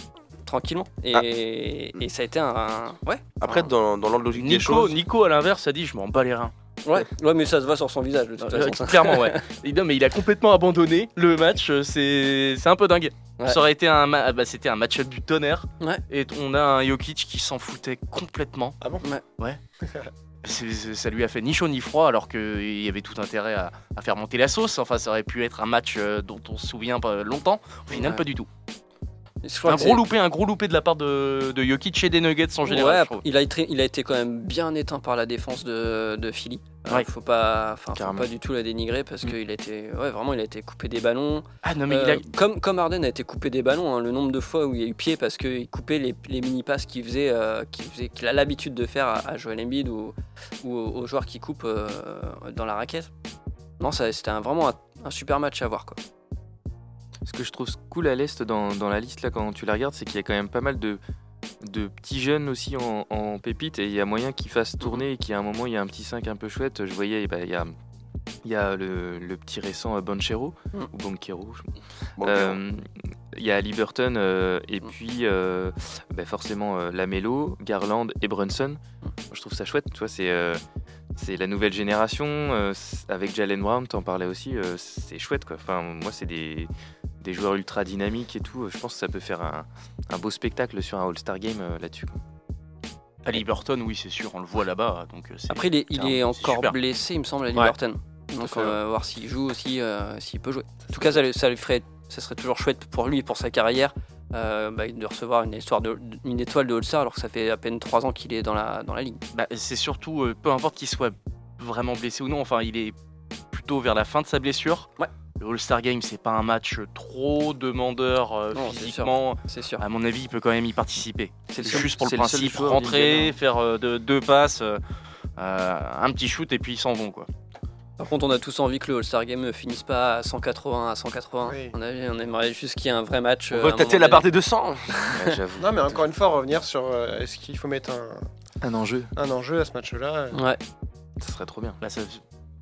S3: Tranquillement. Et,
S4: Ah.
S3: et ça a été un. Ouais.
S4: Après, dans, dans l'ordre logique des
S6: Nico,
S4: choses,
S6: Nico, à l'inverse, a dit Je m'en bats les reins.
S3: Ouais, ouais, mais ça se voit sur son visage de toute
S6: Euh,
S3: façon.
S6: Clairement, ouais. Et non, mais il a complètement abandonné le match. euh, C'est, c'est un peu dingue.
S3: Ouais.
S6: Ça aurait été un, ma- bah, c'était un match-up du tonnerre.
S3: Ouais.
S6: Et on a un Jokic qui s'en foutait complètement.
S1: Ah bon
S3: Ouais.
S6: Ouais. C'est- c'est- ça lui a fait ni chaud ni froid, alors qu'il y avait tout intérêt à, à faire monter la sauce. Enfin, ça aurait pu être un match euh, dont on se souvient pas longtemps. Au final,
S3: Ouais.
S6: pas du tout.
S3: Je crois
S6: Un
S3: que
S6: gros
S3: c'est-
S6: loupé, un gros loupé de la part de, de Jokic et des Nuggets en général.
S3: Ouais,
S6: je trouve.
S3: il, a été, il a été quand même bien éteint par la défense de, de Philly. Euh,
S6: Ouais.
S3: faut pas, enfin, faut
S6: Carrément.
S3: pas du tout la dénigrer parce qu'il a été, ouais, vraiment, il a été coupé des ballons.
S6: Ah, non, mais
S3: Euh,
S6: il a-
S3: comme, comme Arden a été coupé des ballons, hein, le nombre de fois où il y a eu pied parce qu'il coupait les, les mini-passes qu'il faisait, euh, qu'il faisait- qu'il a l'habitude de faire à, à Joel Embiid ou, ou aux, aux joueurs qui coupent euh, dans la raquette. Non, ça- c'était un- vraiment un, un super match à voir. Quoi.
S5: Ce que je trouve cool à l'Est dans, dans la liste, là, quand tu la regardes, c'est qu'il y a quand même pas mal de, de petits jeunes aussi en, en pépite et il y a moyen qu'ils fassent tourner et qu'à un moment, il y a un petit 5 un peu chouette. Je voyais, bah, il y a. Il y a le, le petit récent euh, Banchero,
S3: Mhm.
S5: ou Banquero. je-
S4: Banquero.
S5: Euh, Il y a Liberton et
S3: Mm.
S5: puis euh, bah, forcément euh, Lamelo, Garland et Brunson.
S3: Mm.
S5: Je trouve ça chouette, tu vois, c'est euh, c'est la nouvelle génération. euh, c'est- avec Jalen Brown, t'en parlais aussi, euh, c'est chouette quoi. Enfin, moi, c'est des, des joueurs ultra dynamiques et tout. euh, Je pense que ça peut faire un, un beau spectacle sur un All-Star Game euh, là-dessus. quoi.
S6: À Liberton, oui, c'est sûr, on le voit là-bas. Donc, euh, c'est-
S3: Après, il est, il est
S6: c'est
S3: encore
S6: super.
S3: blessé, il me semble, à
S6: Ouais.
S3: Liberton.
S6: Tout à
S3: Donc,
S6: fait,
S3: on va voir s'il joue aussi, euh, s'il peut jouer. En tout cas, ça, le- ça lui ferait, ça serait toujours chouette pour lui et pour sa carrière euh, bah, de recevoir une, histoire de, une étoile de All-Star alors que ça fait à peine 3 ans qu'il est dans la, dans la ligue.
S6: Bah, c'est surtout, euh, peu importe qu'il soit vraiment blessé ou non, enfin, il est plutôt vers la fin de sa blessure. Le All-Star Game, c'est pas un match trop demandeur euh,
S3: Non, c'est
S6: physiquement.
S3: C'est sûr.
S6: À mon avis, il peut quand même y participer.
S5: C'est le
S6: juste
S5: seul-
S6: pour
S5: c'est
S6: le
S5: le seul
S6: principe,
S5: joueur
S6: rentrer,
S5: individuel,
S3: hein.
S6: faire euh, deux, deux passes, euh, euh, un petit shoot et puis ils s'en vont quoi.
S3: Par contre, on a tous envie que le All-Star Game euh, finisse pas à 180 à 180. On, a- on aimerait juste qu'il y ait un vrai match.
S4: On va tâter la barre des 200.
S1: Non, mais encore une fois, revenir sur euh, est-ce qu'il faut mettre un,
S5: Un enjeu.
S1: un enjeu à ce match-là
S3: Ouais.
S5: Ça serait trop bien.
S6: Bah, ça-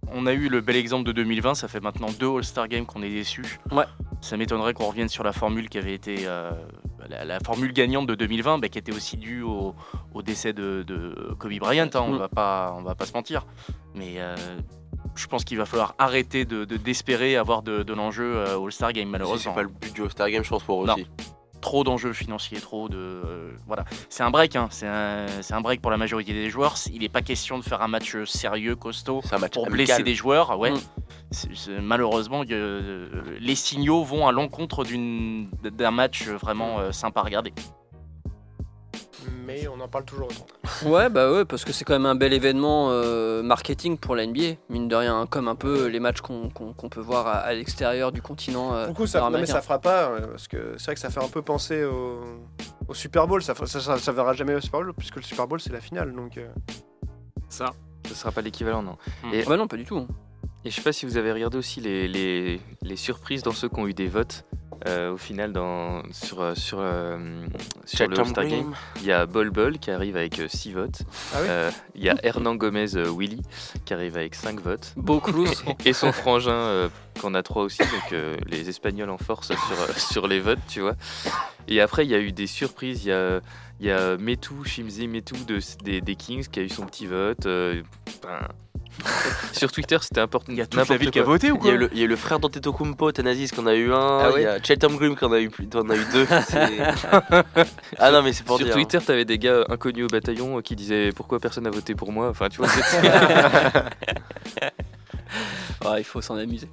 S6: on a eu le bel exemple de 2020, ça fait maintenant deux All-Star Games qu'on est déçus.
S3: Ouais.
S6: Ça m'étonnerait qu'on revienne sur la formule qui avait été euh, la, la formule gagnante de 2020, bah, qui était aussi due au, au décès de, de Kobe Bryant. hein, on
S3: Mm.
S6: va pas, on va pas se mentir. Mais euh, je pense qu'il va falloir arrêter de de- d'espérer avoir de, de l'enjeu euh, All-Star Game malheureusement.
S4: C'est pas le but du All-Star Game, je pense, pour eux
S6: Non.
S4: aussi.
S6: Trop d'enjeux financiers, trop de. euh, voilà. C'est un break, hein. c'est un, c'est un break pour la majorité des joueurs. C'est- Il n'est pas question de faire un match sérieux, costaud, pour
S4: amical.
S6: blesser des joueurs. Ouais.
S4: Mm.
S6: C'est- c'est- malheureusement, il y a- euh, les signaux vont à l'encontre d'une- d'un match vraiment euh, sympa à regarder.
S1: Mais on en parle toujours autant.
S3: Ouais, bah ouais, parce que c'est quand même un bel événement euh, marketing pour la NBA, mine de rien, hein, comme un peu les matchs qu'on qu'on- qu'on peut voir à, à l'extérieur du continent. euh,
S1: Du coup, ça, non, mais
S3: nord-américain.
S1: ça fera pas, euh, parce que c'est vrai que ça fait un peu penser au, au Super Bowl. Ça, fera- ça, ça, ça verra jamais au Super Bowl, puisque le Super Bowl, c'est la finale. Donc, euh,
S6: Ça.
S5: Ce sera pas l'équivalent, non.
S3: Hmm. Ah bah non, pas du tout.
S5: Et je sais pas si vous avez regardé aussi les, les, les surprises dans ceux qui ont eu des votes. euh, au final, dans, sur, euh, sur, euh, sur le
S4: Chatham
S5: All-Star
S4: Green.
S5: Game, il y a Bol Bol qui arrive avec 6 votes.
S1: Ah oui
S5: Euh, Il y a Hernan Gomez euh, Willy qui arrive avec 5 votes.
S3: Beau Cruz.
S5: Et son frangin, euh, qu'on a 3 aussi. Donc euh, les Espagnols en force sur, euh, sur les votes, tu vois. Et après, il y a eu des surprises. Il y a, il y a Metu, Shimzi Metu de, des, des Kings qui a eu son petit vote. euh, ben, sur Twitter, c'était important. Il y a
S6: toute la ville qui a voté ou
S4: Il y a eu le, il y a eu le frère d'Antetokounmpo, Tanazis, qu'on a eu un.
S5: Ah ouais
S4: il y a Chatham Grimm, qu'on a eu, plus- qu'on a eu deux. C'est- ah non, mais c'est pour
S5: Sur
S4: dire.
S5: Twitter, t'avais des gars inconnus au bataillon euh, qui disaient pourquoi personne n'a voté pour moi. Enfin, tu vois, c'est-
S3: Ouais, il faut s'en amuser.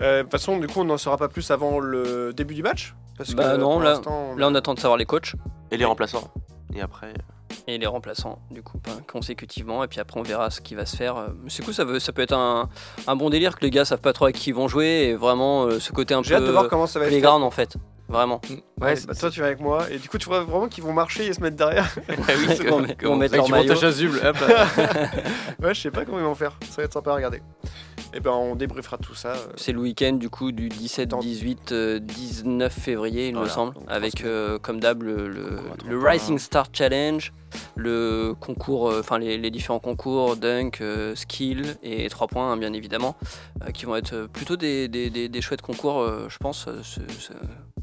S1: euh, de toute façon, du coup, on n'en saura pas plus avant le début du match. Parce
S3: bah
S1: que
S3: non,
S1: pour
S3: là,
S1: l'instant,
S3: là, on attend de savoir les coachs
S4: Et les remplaçants. Et après. euh,
S3: et les remplaçants, du coup, pas consécutivement, et puis après, on verra ce qui va se faire. Euh, mais C'est cool, ça, veut, ça peut être un, un bon délire que les gars savent pas trop avec qui ils vont jouer, et vraiment, euh, ce côté un
S1: J'ai hâte de
S3: peu
S1: voir comment ça va être.
S3: playground, en fait. Vraiment.
S1: Ouais, bah, toi, tu vas avec moi. Et du coup, tu vois vraiment qu'ils vont marcher et se mettre derrière.
S3: oui,
S5: c'est bon,
S3: on met
S5: Avec
S3: leur
S5: du
S3: maillot.
S5: montage Azul, hop là.
S1: ouais, je sais pas comment ils vont faire. Ça va être sympa à regarder. Et ben, on débriefera tout ça. euh,
S3: C'est le week-end du coup du 17, 18, euh, 19 février, il
S1: Voilà,
S3: me semble,
S1: donc trois
S3: avec
S1: semaines.
S3: euh, comme d'hab le, le-
S1: attend
S3: le
S1: pas.
S3: Rising Star Challenge, le concours, euh, enfin les, les différents concours, dunk, euh, skill et 3 points hein, bien évidemment, euh, qui vont être euh, plutôt des, des- des- des chouettes concours, euh, je pense. euh, ce- ce-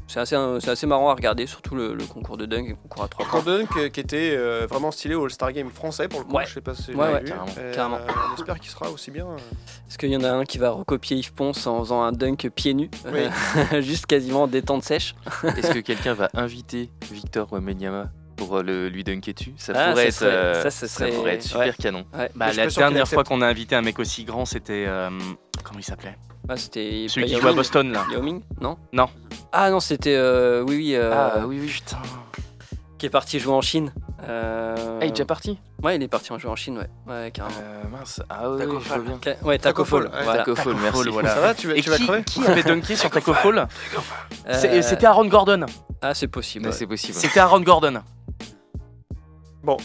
S3: c'est assez, c'est assez marrant à regarder, surtout le, le concours de dunk, le concours à 3 points.
S1: Cordon qui, qui était euh, vraiment stylé au All-Star Game français pour le coup. Je sais pas si vous
S3: Ouais,
S1: l'avez
S3: ouais,
S1: vu.
S3: carrément,
S1: Et,
S3: carrément.
S1: euh, on espère qu'il sera aussi bien. euh,
S3: Est-ce qu'il y en a un qui va recopier Yves Ponce en faisant un dunk pieds nus
S1: Oui.
S3: euh, Juste quasiment en détente sèche.
S5: Est-ce que quelqu'un va inviter Victor Wembanyama pour euh, le, lui dunker dessus Ça
S3: Ah,
S5: pourrait
S3: ça
S5: être,
S3: serait-
S5: euh,
S3: ça, ce serait-
S5: pourrait être super
S3: ouais.
S5: canon.
S3: Ouais.
S6: Bah,
S3: Je suis
S6: la
S3: pas sûr qu'il
S6: dernière fois
S3: accepte.
S6: qu'on a invité un mec aussi grand, c'était. euh, comment il s'appelait
S3: Ah, c'était
S6: Celui
S3: pas
S6: qui
S3: Yao
S6: joue à
S3: Ming.
S6: Boston, là.
S3: Yao Ming Non
S6: Non.
S3: Ah non, c'était. euh, oui, oui. euh,
S6: Ah, oui, oui. Putain.
S3: Qui est parti jouer en Chine. Euh,
S5: Ah, il est déjà parti
S3: Ouais, il est parti en jouer en Chine, ouais. Ouais, carrément.
S5: mince, ah ouais, je vois bien.
S3: Ca- Ouais, Taco Fall.
S5: ouais,
S3: voilà.
S5: Taco Fall,
S6: Taco
S5: merci.
S6: Fall, voilà.
S5: Ça va, tu vas-
S6: Et
S5: tu vas
S6: qui-
S5: crever
S6: Qui avait dunké sur Taco Fall C'est-
S3: Euh,
S6: C'était Aaron Gordon.
S3: Ah, c'est possible.
S5: Ah,
S3: ouais.
S5: c'est possible.
S6: C'était Aaron Gordon.
S1: Bon.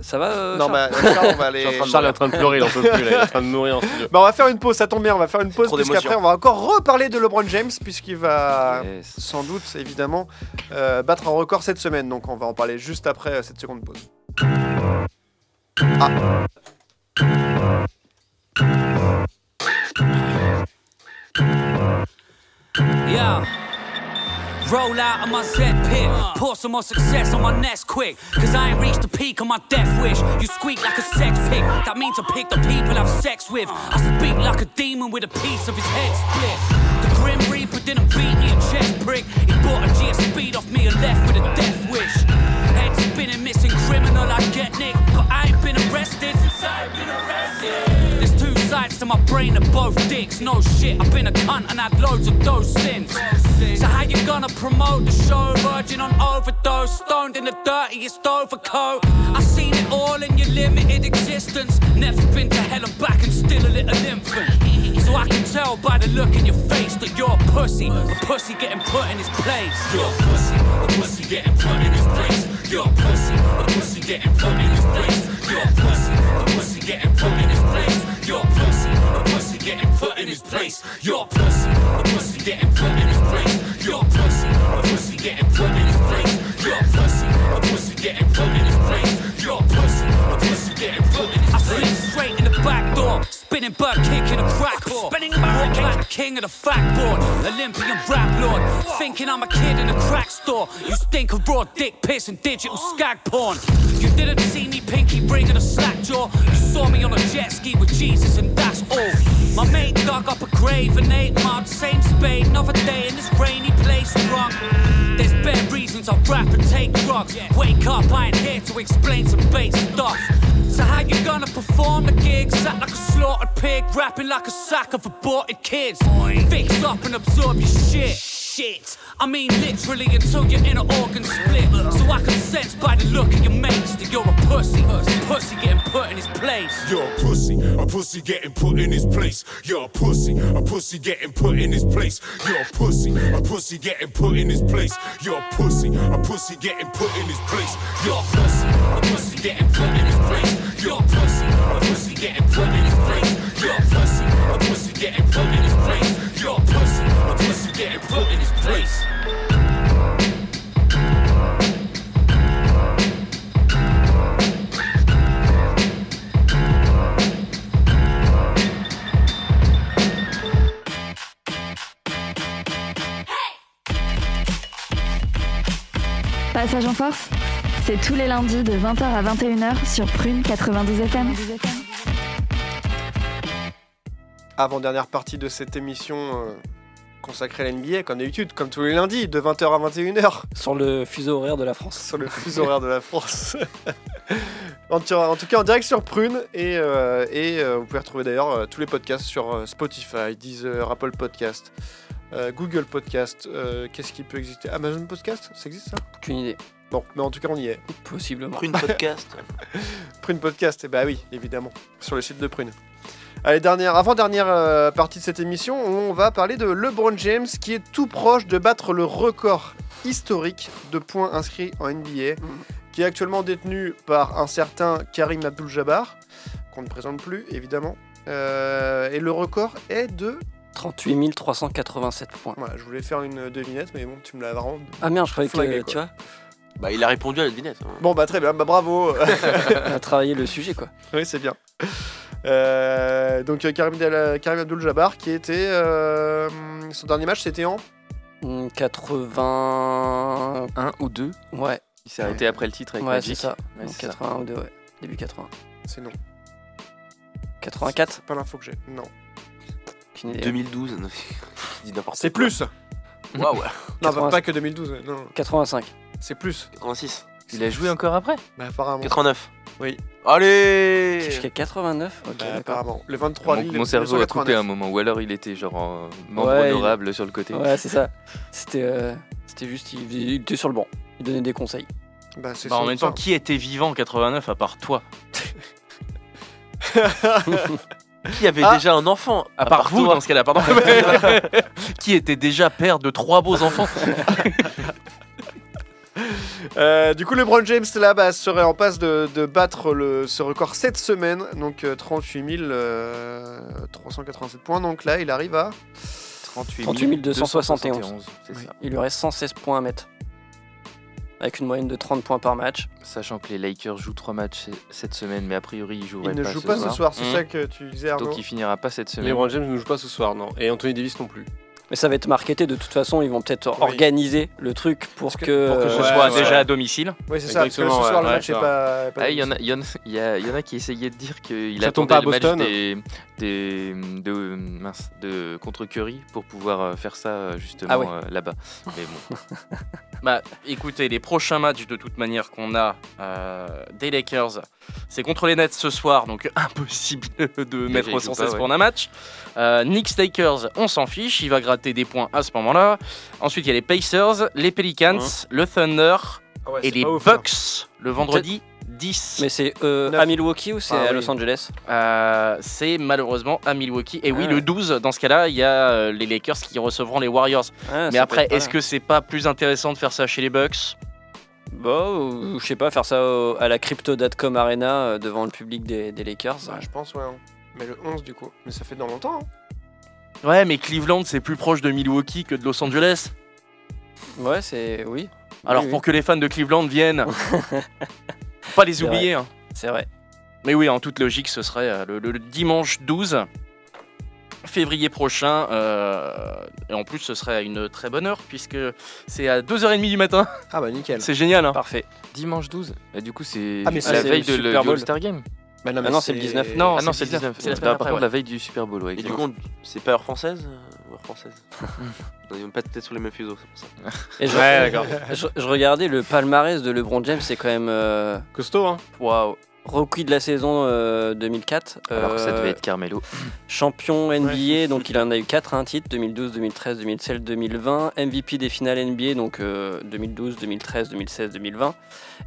S3: Ça va euh,
S1: Non,
S3: Charles
S1: bah, Charles, on va aller.
S2: Charles est en train de pleurer, il en peut plus, là, il est en train de mourir en studio.
S1: Bah, on va faire une pause, ça tombe bien, on va faire une pause
S4: trop
S1: puisqu'après
S4: d'émotions.
S1: on va encore reparler de LeBron James puisqu'il va
S5: Yes.
S1: sans doute évidemment euh, battre un record cette semaine. Donc on va en parler juste après euh, cette seconde pause.
S12: Yeah. Roll out of my set pit. Pour some more success on my nest quick. Cause I ain't reached the peak of my death wish. You squeak like a sex pick. That means I pick the people I've sex with. I speak like a demon with a piece of his head split. The Grim Reaper didn't beat me a chest prick. He bought a GSP off me and left with a death wish. Head spinning, missing criminal, I get nicked. But I ain't been arrested since I've been arrested. There's two sides to my brain of both dicks. No shit, I've been a cunt and had loads of those sins. So how you gonna promote the show? Virgin on overdose, stoned in the dirtiest overcoat. I seen it all in your limited existence. Never been to hell and back and still a little infant. So I can tell by the look in your face that you're a pussy. A pussy getting put in his place. You're a pussy, a pussy getting put in his place. You're a pussy, a pussy getting put in his place. You're a pussy, a pussy getting put in his place. You're a pussy, a pussy getting put in his place. You're a pussy, a pussy getting put in his place. You're a pussy, a pussy getting put in his place. You're a pussy, a pussy getting put in his place. You're a pussy, a pussy getting put in his place. I slid straight in the back door, spinning bird kick in a crack whore. Spinning bird kick. Like king of the fat board, Olympian rap lord. Thinking I'm a kid in a crack store. You stink of raw dick piss and digital skag porn. You didn't see me pinky ring and a slack jaw. You saw me on a jet ski with Jesus and that's all. My mate dug up a grave and ate mud. Same spade, another day in this rainy place drunk. There's bare reasons I rap and take drugs. Wake up, I ain't here to explain some base stuff. So how you gonna perform the gigs? Act like a slaughtered pig, rapping like a sack of aborted kids. Fix up and absorb your shit. Shit. I mean literally until your inner organs split. So I can sense by the look of your mates that you're a pussy. Pussy getting put in his place.
S13: You're a pussy, a pussy getting put in his place. You're a pussy, a pussy getting put in his place. You're a pussy, a pussy getting put in his place. You're a pussy, a pussy getting put in his place. You're a pussy, a pussy getting put in his place. You're a pussy, a pussy getting put in his place. You're a pussy, a pussy getting put in his place. You're a pussy, a pussy getting put in his place.
S11: Passage en force, c'est tous les lundis de 20h à 21h sur Prune 92 FM.
S1: Avant-dernière partie de cette émission euh, consacrée à la NBA, comme d'habitude, comme tous les lundis, de 20h à 21h.
S3: Sur le fuseau horaire de la France.
S1: sur le fuseau horaire de la France. en, tu- en tout cas, en direct sur Prune. Et, euh, et, euh, vous pouvez retrouver d'ailleurs euh, tous les podcasts sur euh, Spotify, Deezer, Apple Podcast, euh, Google Podcast. euh, Qu'est-ce qui peut exister Amazon Podcast Ça existe ça
S3: Aucune idée.
S1: Bon, mais en tout cas, on y est.
S3: Possiblement.
S4: Prune podcast.
S1: Prune Podcast, et bah oui, évidemment, sur le site de Prune. Allez, dernière, avant-dernière euh, partie de cette émission, on va parler de LeBron James qui est tout proche de battre le record historique de points inscrits en
S3: Mhm.
S1: NBA, qui est actuellement détenu par un certain Karim Abdul-Jabbar, qu'on ne présente plus évidemment. Euh, et le record est de.
S3: 38 387 points.
S1: Voilà, je voulais faire une devinette, mais bon, tu me l'as vraiment.
S3: Ah merde, je croyais que
S1: Flingué,
S3: euh,
S1: quoi.
S3: tu vois,
S4: Bah, il a répondu à la devinette. hein.
S1: Bon, bah très bien, bah bravo
S3: on a travaillé le sujet quoi.
S1: Oui, c'est bien. Euh, donc euh, Karim, Del- Karim Abdul-Jabbar qui était... euh, son dernier match c'était en
S3: Hmm, 81
S5: ou 2
S3: Ouais.
S5: Il s'est arrêté après le titre avec
S3: Ouais,
S5: Magic.
S3: c'est ça.
S5: Ouais,
S3: Donc
S5: c'est ça.
S3: 81 ou 2, ouais. Début 80.
S1: C'est non.
S3: 84
S1: Pas l'info que j'ai. Non.
S3: Aucune idée.
S4: 2012, non, dis n'importe
S1: C'est
S4: quoi.
S1: plus
S4: Waouh ouais.
S1: Non, bah, pas que 2012, non.
S3: 85.
S1: C'est plus.
S4: 86.
S5: Il a joué encore après
S1: Bah, apparemment.
S4: 89.
S1: Oui.
S4: Allez
S3: Jusqu'à 89 Ok,
S1: Bah,
S3: d'accord.
S1: apparemment. Le 23
S5: Mon,
S1: Lille.
S5: mon cerveau a coupé
S1: 1989.
S5: à un moment, ou alors il était genre en membre
S3: Ouais, il-
S5: honorable sur le côté.
S3: Ouais, c'est ça. C'était euh, c'était juste, il, il était sur le banc. Il donnait des conseils.
S1: Bah, c'est
S6: Bah, en
S1: son-
S6: même temps, qui était vivant en 89 à part toi
S4: Qui avait
S6: Ah.
S4: déjà un enfant
S6: À part vous,
S4: toi.
S6: dans ce cas-là, pardon. qui était déjà père de trois beaux enfants
S1: Euh, du coup, LeBron James là bah, serait en passe de, de battre le, ce record cette semaine, donc euh, 38 000, euh, 387 points. Donc là, il arrive à
S4: 38,
S3: 38 271.
S4: c'est ça.
S3: Il lui reste 116 points à mettre. Avec une moyenne de 30 points par match.
S5: Sachant que les Lakers jouent 3 matchs cette semaine, mais a priori ils joueraient
S1: il ne
S5: pas
S1: joue
S5: ce
S1: pas
S5: soir.
S1: ce soir. C'est
S5: Mm.
S1: ça que tu disais, Arnaud.
S5: Donc il finira pas cette semaine.
S2: LeBron Mmh. James ne joue pas ce soir, non. Et Anthony Davis non plus.
S3: Mais ça va être marketé de toute façon, ils vont peut-être organiser le truc pour que,
S2: pour que ce
S3: euh,
S2: soit
S3: ouais,
S2: déjà
S3: ouais.
S2: à domicile.
S1: Oui, c'est ça. Parce que ce soir, le match n'est pas. pas
S5: Ah, il y, en a- il y en a- il y a- Euh, il y en a qui essayaient de dire qu'il
S2: Ça tombe
S5: attendait
S2: pas à
S5: le match
S2: Boston.
S5: des, des- de, mince, de, contre Curry pour pouvoir euh, faire ça euh, justement
S6: Ah ouais.
S5: euh, là-bas. Mais bon.
S6: Bah écoutez, les prochains matchs de toute manière qu'on a euh, des Lakers, c'est contre les Nets ce soir, donc impossible de
S5: Déjà,
S6: mettre
S5: ils jouent
S6: 116
S5: pas, ouais.
S6: pour un match. Euh, Knicks Lakers, on s'en fiche, il va gratter des points à ce moment-là. Ensuite, il y a les Pacers, les Pelicans,
S5: Hein.
S6: le Thunder
S5: Ah ouais,
S6: et
S5: c'est
S6: les
S5: pas ouf,
S6: Bucks le
S5: Peut-être- Ah
S6: vendredi 10.
S3: Mais c'est euh, à Milwaukee ou c'est à Los Angeles
S6: Euh, C'est malheureusement à Milwaukee. Et oui,
S3: Ah.
S6: le 12, dans ce cas-là, il y a euh, les Lakers qui recevront les Warriors. Mais
S3: Ah, ça peut
S6: après,
S3: être pas
S6: est-ce
S3: mal.
S6: que c'est pas plus intéressant de faire ça chez les Bucks
S3: Bah, euh, je sais pas, faire ça au- à la Crypto.com Arena euh, devant le public des, des Lakers.
S1: Ouais, je pense, ouais. hein. Mais le 11, du coup. Mais ça fait dans longtemps. hein.
S6: Ouais, mais Cleveland, c'est plus proche de Milwaukee que de Los Angeles.
S3: Ouais, c'est. Oui.
S6: Alors
S3: Oui,
S6: pour
S3: oui.
S6: que les fans de Cleveland viennent, faut pas les
S3: C'est vrai.
S6: oublier. hein.
S3: C'est vrai.
S6: Mais oui, en toute logique, ce serait euh, le, le- le dimanche 12 février prochain. euh, et en plus, ce serait à une très bonne heure, puisque c'est à 2h30 du matin.
S1: Ah bah nickel.
S6: C'est génial. Hein.
S3: Parfait.
S5: Dimanche 12 Et Du coup, c'est
S6: Ah, mais
S5: la
S6: c'est
S5: veille
S6: le
S5: de le-
S6: Super
S5: du
S6: Bowl.
S5: All-Star Game
S1: Bah non, mais
S5: Ah non,
S1: c'est
S5: c'est
S1: le
S5: le
S1: 19.
S5: Non,
S1: Ah
S5: non, c'est le 19.
S6: C'est la semaine
S5: Bah, par
S6: après,
S5: contre,
S6: ouais.
S5: la veille du Super Bowl, ouais.
S4: Et du
S5: exactement.
S4: coup, on- c'est pas heure française euh, Heure française. Ils n'ont pas peut-être sur les mêmes fuseaux, c'est pour ça.
S3: Et je, je, je regardais le palmarès de LeBron James, c'est quand même. euh,
S2: Costaud, hein
S3: Waouh. Rookie de la saison euh, 2004.
S5: Alors que ça
S3: euh,
S5: devait être Carmelo.
S3: Champion NBA, donc il en a eu hein, 4 un titre 2012, 2013, 2017, 2020. MVP des finales NBA, donc euh, 2012, 2013, 2016, 2020.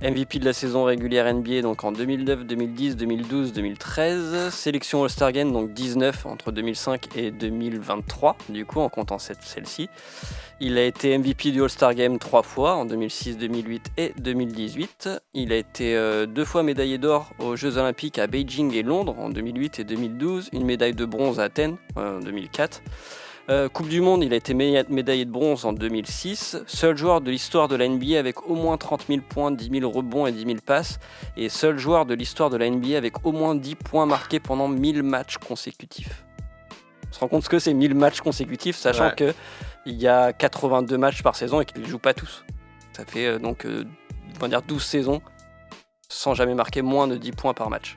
S3: MVP de la saison régulière NBA, donc en 2009, 2010, 2012, 2013. Sélection All-Star Game, donc 19 entre 2005 et 2023, du coup, en comptant cette- celle-ci. Il a été MVP du All-Star Game trois fois, en 2006, 2008 et 2018. Il a été euh, deux fois médaillé d'or aux Jeux Olympiques à Beijing et Londres en 2008 et 2012. Une médaille de bronze à Athènes euh, en 2004. Euh, coupe du Monde, il a été méda- médaillé de bronze en 2006. Seul joueur de l'histoire de la NBA avec au moins 30 000 points, 10 000 rebonds et 10 000 passes. Et seul joueur de l'histoire de la NBA avec au moins 10 points marqués pendant 1000 matchs consécutifs. On se rend compte ce que c'est 1000 matchs consécutifs, sachant
S2: Ouais.
S3: que il y a 82 matchs par saison et qu'il ne joue pas tous. Ça fait euh, donc euh, on va dire 12 saisons sans jamais marquer moins de 10 points par match.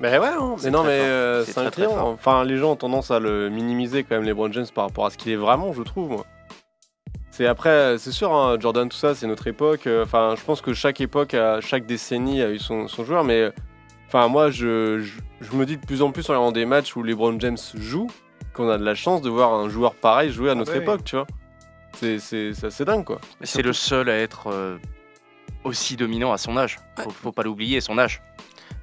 S2: Mais ouais, hein.
S3: C'est
S2: mais non,
S3: très
S2: mais
S3: fort.
S2: euh,
S3: C'est
S2: c'est un
S3: très, très
S2: client.
S3: fort.
S2: Enfin, les gens ont tendance à le minimiser quand même, LeBron James, par rapport à ce qu'il est vraiment, je trouve, moi. C'est après, euh, c'est sûr, hein, Jordan, tout ça, c'est notre époque. Euh, Enfin, je pense que chaque époque, a- chaque décennie a eu son, son joueur, mais euh, enfin, moi, je, je, je me dis de plus en plus en regardant des matchs où LeBron James joue, qu'on a de la chance de voir un joueur pareil jouer à notre
S1: bah oui.
S2: époque, tu vois. C'est- C'est c'est assez dingue, quoi.
S6: C'est le seul à être euh, aussi dominant à son âge. Faut, faut pas l'oublier, son âge.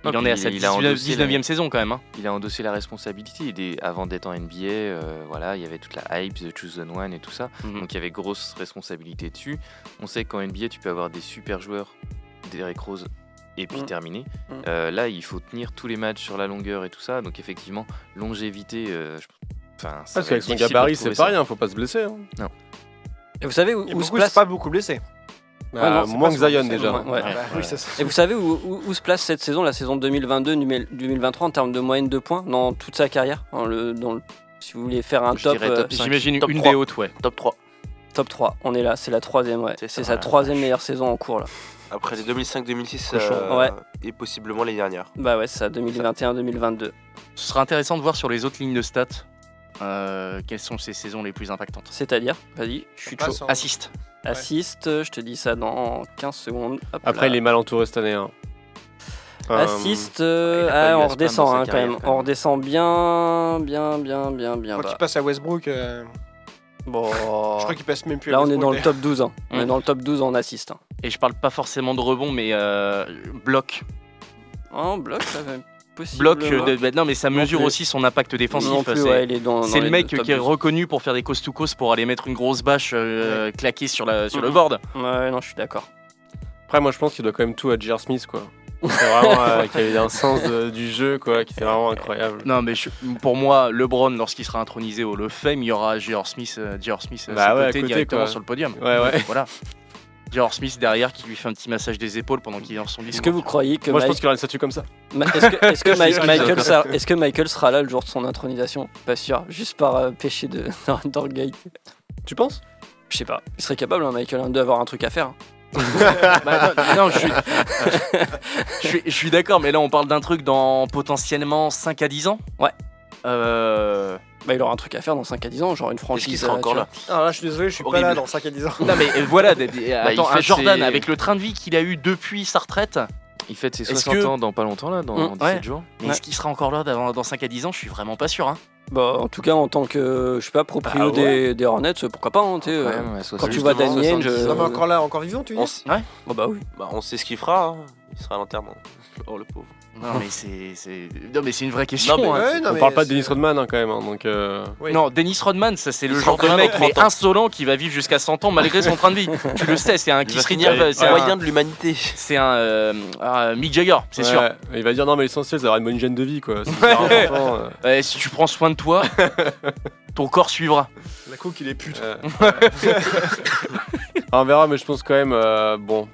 S6: Il
S5: Non,
S6: en
S5: puis
S6: est à sa
S5: il a
S6: 19e,
S5: endossé la-
S6: 19e saison quand même. hein.
S5: Il a endossé la responsabilité. Il est- avant d'être en NBA, euh, voilà, il y avait toute la hype, The Chosen One et tout ça.
S6: Mhm.
S5: Donc il y avait grosse responsabilité dessus. On sait qu'en NBA, tu peux avoir des super joueurs, Derrick Rose, et puis
S3: Mhm.
S5: terminer.
S3: Mhm.
S5: Euh, là, il faut tenir tous les matchs sur la longueur et tout ça. Donc effectivement, longévité. euh, je- Enfin, ça
S2: Ah, Parce
S5: va
S2: qu'avec
S5: être
S2: son
S5: difficile de
S2: gabarit,
S5: retrouver
S2: c'est pas
S5: ça.
S2: rien, faut pas se blesser. Hein.
S5: Non.
S3: Et vous savez où,
S1: Et
S3: où se
S1: beaucoup,
S3: place Ah
S1: c'est pas beaucoup blessé.
S2: Bah,
S3: non, c'est
S2: moins
S3: pas
S2: que
S3: son-
S2: Zion
S3: c'est-
S2: déjà.
S3: hein. ouais, ouais.
S1: Ah bah oui, ça, c'est-
S3: Et vous savez où, où- où se place cette saison, la saison 2022-2023 en termes de moyenne de points dans toute sa carrière, dans le, dans le Si vous voulez faire un
S6: Je
S3: top, euh,
S6: dirais top cinq. J'imagine
S3: top
S6: une
S3: trois.
S6: des hautes, ouais.
S4: Top 3.
S3: Top 3, on est là, c'est la troisième, ouais. C'est sa
S4: ouais.
S3: troisième meilleure saison en cours là.
S4: Après les 2005-2006
S3: Cochon.
S4: euh,
S3: Ouais.
S4: et possiblement les dernières.
S3: Bah ouais, c'est ça, 2021-2022.
S6: Ce sera intéressant de voir sur les autres lignes de stats euh, quelles sont ces saisons les plus impactantes.
S3: C'est-à-dire, vas-y, je suis
S6: passe
S3: chaud.
S6: en- Assist.
S3: Assist, euh, je te dis ça dans 15 secondes. Hop
S2: Après,
S3: là.
S2: il est mal entouré cette année. hein. Euh, Enfin,
S3: Assist, euh,
S2: il a pas
S3: ah,
S2: eu
S3: on
S2: la spam dans
S3: redescend
S2: sa
S3: hein, quand
S2: carrière,
S3: même.
S2: quand
S3: On redescend bien, bien, bien, bien, bien.
S1: Quand
S3: bas.
S1: il passe à Westbrook, euh,
S3: Bon.
S1: je crois qu'il passe même plus à
S3: Là, on est
S1: Westbrook,
S3: dans le
S1: d'ailleurs.
S3: top 12. hein. On est
S6: Mm.
S3: dans le top 12 en assist. hein.
S6: Et je parle pas forcément de rebond, mais euh, bloc.
S3: En bloc, ça va possiblement.
S6: Bloc, de, bah, non mais ça mesure
S3: plus.
S6: aussi son impact défensif.
S3: Non plus,
S6: c'est
S3: ouais, il est dans- dans
S6: c'est
S3: les
S6: le mec
S3: deux- top
S6: qui est
S3: 12.
S6: reconnu pour faire des cause to cause pour aller mettre une grosse bâche euh, claquée sur, la, sur le
S3: Mm-hmm.
S6: board.
S3: Ouais, non, je suis d'accord.
S2: Après, moi, je pense qu'il doit quand même tout à J.R. Smith, quoi. C'est vraiment euh, qui avait un sens de- du jeu, quoi, qui était vraiment incroyable.
S6: Non mais je- pour moi, LeBron lorsqu'il sera intronisé au Hall of Fame, il y aura J.R. Smith, euh, J.R. Smith euh,
S2: Bah
S6: à ses
S2: ouais, à
S6: côtés,
S2: côté,
S6: directement
S2: quoi.
S6: sur le podium.
S2: Ouais, ouais.
S6: Voilà. J.R. Smith derrière qui lui fait un petit massage des épaules pendant qu'il est dans son lit.
S3: Est-ce que vous croyez que
S2: Moi, je
S3: Mike-
S2: pense qu'il aura une statue comme ça.
S3: Ma- Est-ce que, est-ce que
S2: Je suis
S3: Mike-
S2: sûr qu'il
S3: Michael,
S2: sera-
S3: sera, est-ce que Michael sera là le jour de son intronisation Pas sûr, juste par euh, péché de, d'orgueil.
S2: Tu penses
S3: Je sais pas. Il serait capable, hein, Michael, hein, d'avoir un truc à faire. hein.
S6: Bah, non, non, je suis, je suis, je suis d'accord, mais là on parle d'un truc dans potentiellement 5 à 10 ans.
S3: Ouais. Euh,
S6: Bah,
S3: il aura un truc à faire dans 5 à 10 ans, genre une franchise. euh, tu vois.
S1: Ah, là, je suis désolé, je suis
S6: Horrible.
S1: pas là dans 5 à 10 ans.
S6: Non, mais euh, voilà, des- des-
S5: Bah, il
S6: attends, un
S5: fait
S6: Jordan
S5: ses-
S6: avec le train de vie qu'il a eu depuis sa retraite.
S5: Il fête ses
S6: Est-ce
S5: 60
S6: que-
S5: ans dans pas longtemps, là, dans
S6: Mm,
S5: 17
S6: ouais.
S5: jours.
S6: Mais Est-ce qu'il sera encore là dans, dans 5 à 10 ans Je suis vraiment pas sûr. Hein.
S3: Bah, en tout cas, en tant que, je sais pas, proprio
S6: Bah, ouais.
S3: des, des Hornets, pourquoi pas, hein, tu sais, euh,
S5: même, ouais,
S3: Quand
S5: 70,
S3: tu vois Danny Ainge.
S4: 70.
S3: euh,
S1: Non, mais encore là, encore vivant, tu dis
S4: On, s-
S6: Ouais.
S3: oh, bah oui.
S4: bah, on sait ce qu'il fera, hein. il sera à l'enterrement. Oh le pauvre.
S6: Non, mais c'est, c'est- non, mais c'est une vraie question.
S4: Non, mais-
S6: hein.
S1: Ouais, non,
S2: On
S1: mais
S2: parle pas de
S1: c'est-
S2: Dennis Rodman, hein, quand même. hein, donc, euh,
S1: Oui.
S6: Non, Dennis Rodman, ça c'est le
S4: Il
S6: genre de
S4: sera
S6: mec
S4: vraiment
S6: mais
S4: 30 ans.
S6: insolent qui va vivre jusqu'à 100 ans malgré son train de vie. tu le sais, c'est un
S4: Il
S6: qui
S4: va
S6: se
S4: finir
S6: rénerve, c'est
S4: Moyen
S6: un,
S4: de l'humanité.
S6: c'est un, euh, ah, Mick Jagger, c'est
S2: ouais,
S6: sûr.
S2: Il va dire non, mais l'essentiel, c'est d'avoir une bonne hygiène de vie, quoi. C'est
S6: Ouais.
S2: hyper important, euh.
S6: Ouais, si tu prends soin de toi, ton corps suivra.
S1: La coke, il est pute.
S2: Euh, on verra, mais je pense quand même, euh, bon.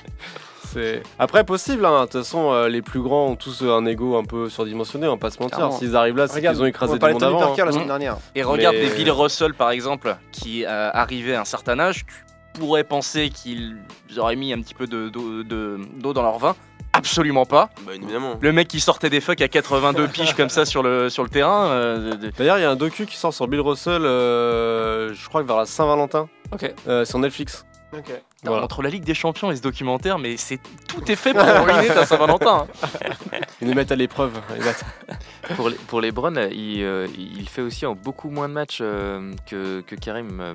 S2: c'est Après, possible, hein, de toute façon, euh, les plus grands ont tous euh, un ego un peu surdimensionné, on va pas se mentir.
S6: Clairement.
S2: S'ils arrivent là, c'est
S1: Regarde,
S2: qu'ils ont
S1: on
S2: écrasé tout le
S1: parlait de
S2: monde
S1: Tony
S2: avant.
S1: Parker
S2: hein.
S1: la semaine dernière.
S6: Et regarde
S2: Mais-
S6: des Bill Russell par exemple, qui euh, arrivait à un certain âge, tu pourrais penser qu'ils auraient mis un petit peu de- d'eau de, d'eau dans leur vin. Absolument pas.
S4: Bah évidemment.
S6: Le mec qui sortait des fucks à 82 piges comme ça sur le, sur le terrain. euh, de- de-
S2: D'ailleurs, il y a un docu qui sort sur Bill Russell, euh, je crois que vers la Saint-Valentin,
S3: Ok.
S2: euh, sur Netflix.
S1: Ok.
S6: Putain,
S2: Voilà.
S6: Entre la Ligue des Champions et ce documentaire, mais c'est tout est fait pour ruiner ta Saint-Valentin. hein.
S2: Ils nous mettent à l'épreuve. les bâtards.
S5: Pour, les, pour les Browns, là, il, euh, il fait aussi en beaucoup moins de matchs euh, que, que Karim. euh.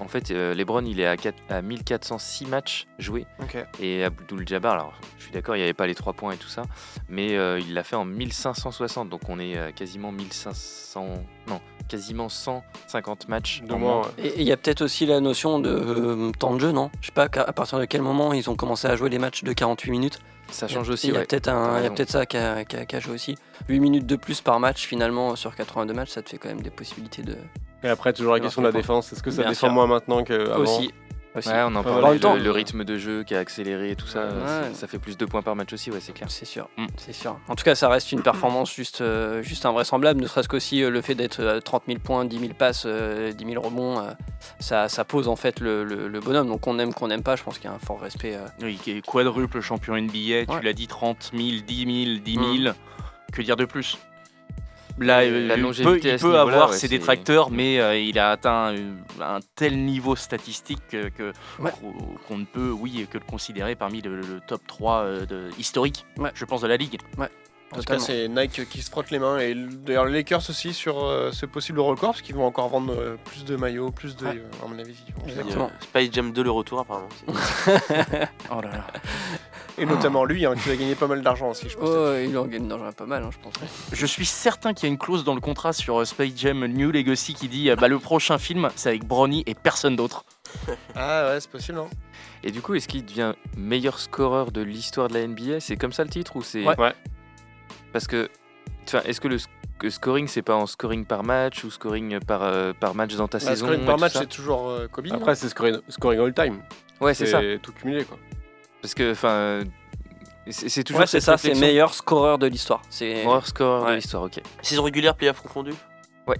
S5: En fait, euh, LeBron, il est à, 4 à 1406 matchs joués.
S1: Ok.
S5: Et Abdul Jabbar, alors je suis d'accord, il n'y avait pas les 3 points et tout ça, mais euh, il l'a fait en 1560, donc on est euh, quasiment 1500, non, quasiment 150 matchs
S2: De
S5: en
S2: moi,
S5: moins.
S2: ouais.
S3: Et il y a peut-être aussi la notion de euh, temps de jeu, non Je sais pas qu'à- à partir de quel moment ils ont commencé à jouer les matchs de 48 minutes.
S5: Ça
S3: Il y a-
S5: change aussi,
S3: Il y a
S5: ouais.
S3: peut-être un-
S5: T'as
S3: il y a
S5: raison.
S3: peut-être ça qui a, qui a- qui a joué aussi. 8 minutes de plus par match, finalement, sur 82 matchs, ça te fait quand même des possibilités de.
S2: Et après, toujours la
S3: Alors,
S2: question de la
S3: je comprends.
S2: défense. Est-ce que ça
S3: Bien
S2: défend
S3: sûr.
S2: moins maintenant qu'avant
S3: Aussi. aussi.
S5: Ouais, on en
S2: Pas mal.
S5: parlait,
S2: En
S3: même temps-
S5: le, le rythme de jeu qui a accéléré et tout ça,
S3: Ouais.
S5: c'est- ça fait plus de points par match aussi, ouais, c'est clair.
S3: C'est sûr,
S6: Mm.
S3: c'est sûr. En tout cas, ça reste une performance juste, euh, juste invraisemblable, ne serait-ce qu'aussi euh, le fait d'être à 30 000 points, 10 000 passes, euh, 10 000 rebonds, euh, ça, ça pose en fait le, le- le bonhomme. Donc on aime qu'on n'aime pas, je pense qu'il y a un fort respect. euh.
S6: Oui, qui est quadruple champion NBA,
S3: Ouais.
S6: tu l'as dit 30 000, 10 000, 10 000. Que dire de plus Là,
S5: Hmm. La
S6: euh, il peut,
S5: longévité à
S6: il
S5: ce
S6: peut
S5: niveau-là,
S6: avoir
S5: ouais,
S6: ses
S5: c'est-
S6: détracteurs, mais euh, il a atteint euh, un tel niveau statistique que, que-
S3: Ouais.
S6: qu'on- qu'on ne peut, oui, que le considérer parmi le, le top 3 euh, de- historique,
S3: Ouais.
S6: je pense, de la ligue.
S1: En tout cas,
S3: Totalement.
S1: c'est Nike qui se frotte les mains. Et l- d'ailleurs, les Lakers aussi sur euh, ce possible record, parce qu'ils vont encore vendre euh, plus de maillots, plus de.
S3: Ouais.
S1: euh, à mon avis, ils vont
S4: Il y a
S1: faire.
S3: Exactement.
S4: Space Jam 2 le retour apparemment.
S6: Oh là là.
S1: Et notamment lui, hein, qui va gagner pas mal d'argent aussi, je pense.
S3: Oh, il en gagne non, j'en ai pas mal, hein, je pense.
S6: Je suis certain qu'il y a une clause dans le contrat sur euh, Space Jam New Legacy qui dit euh, bah, le prochain film, c'est avec Bronny et personne d'autre.
S1: Ah ouais, c'est possible, hein.
S5: Et du coup, est-ce qu'il devient meilleur scoreur de l'histoire de la NBA C'est comme ça le titre ou c'est
S6: Ouais.
S2: Ouais.
S5: Parce que, enfin, est-ce que le sc- que scoring c'est pas en scoring par match ou scoring par euh, par match dans ta
S1: La
S5: saison
S1: Bah, scoring
S5: et
S1: par
S5: tout
S1: match,
S5: ça
S1: c'est toujours euh, Kobe. non
S2: Après, c'est scoring, scoring all time.
S5: Ouais, c'est ça.
S2: tout cumulé, quoi.
S5: Parce que, enfin, euh, c'est c'est toujours
S3: Ouais, c'est
S5: cette
S3: ça, c'est
S5: réflexion.
S3: meilleur scoreur de l'histoire. C'est
S5: Meilleur scoreur de
S3: Ouais.
S5: l'histoire, ok.
S4: Saison régulière, playoff confondu
S5: Ouais,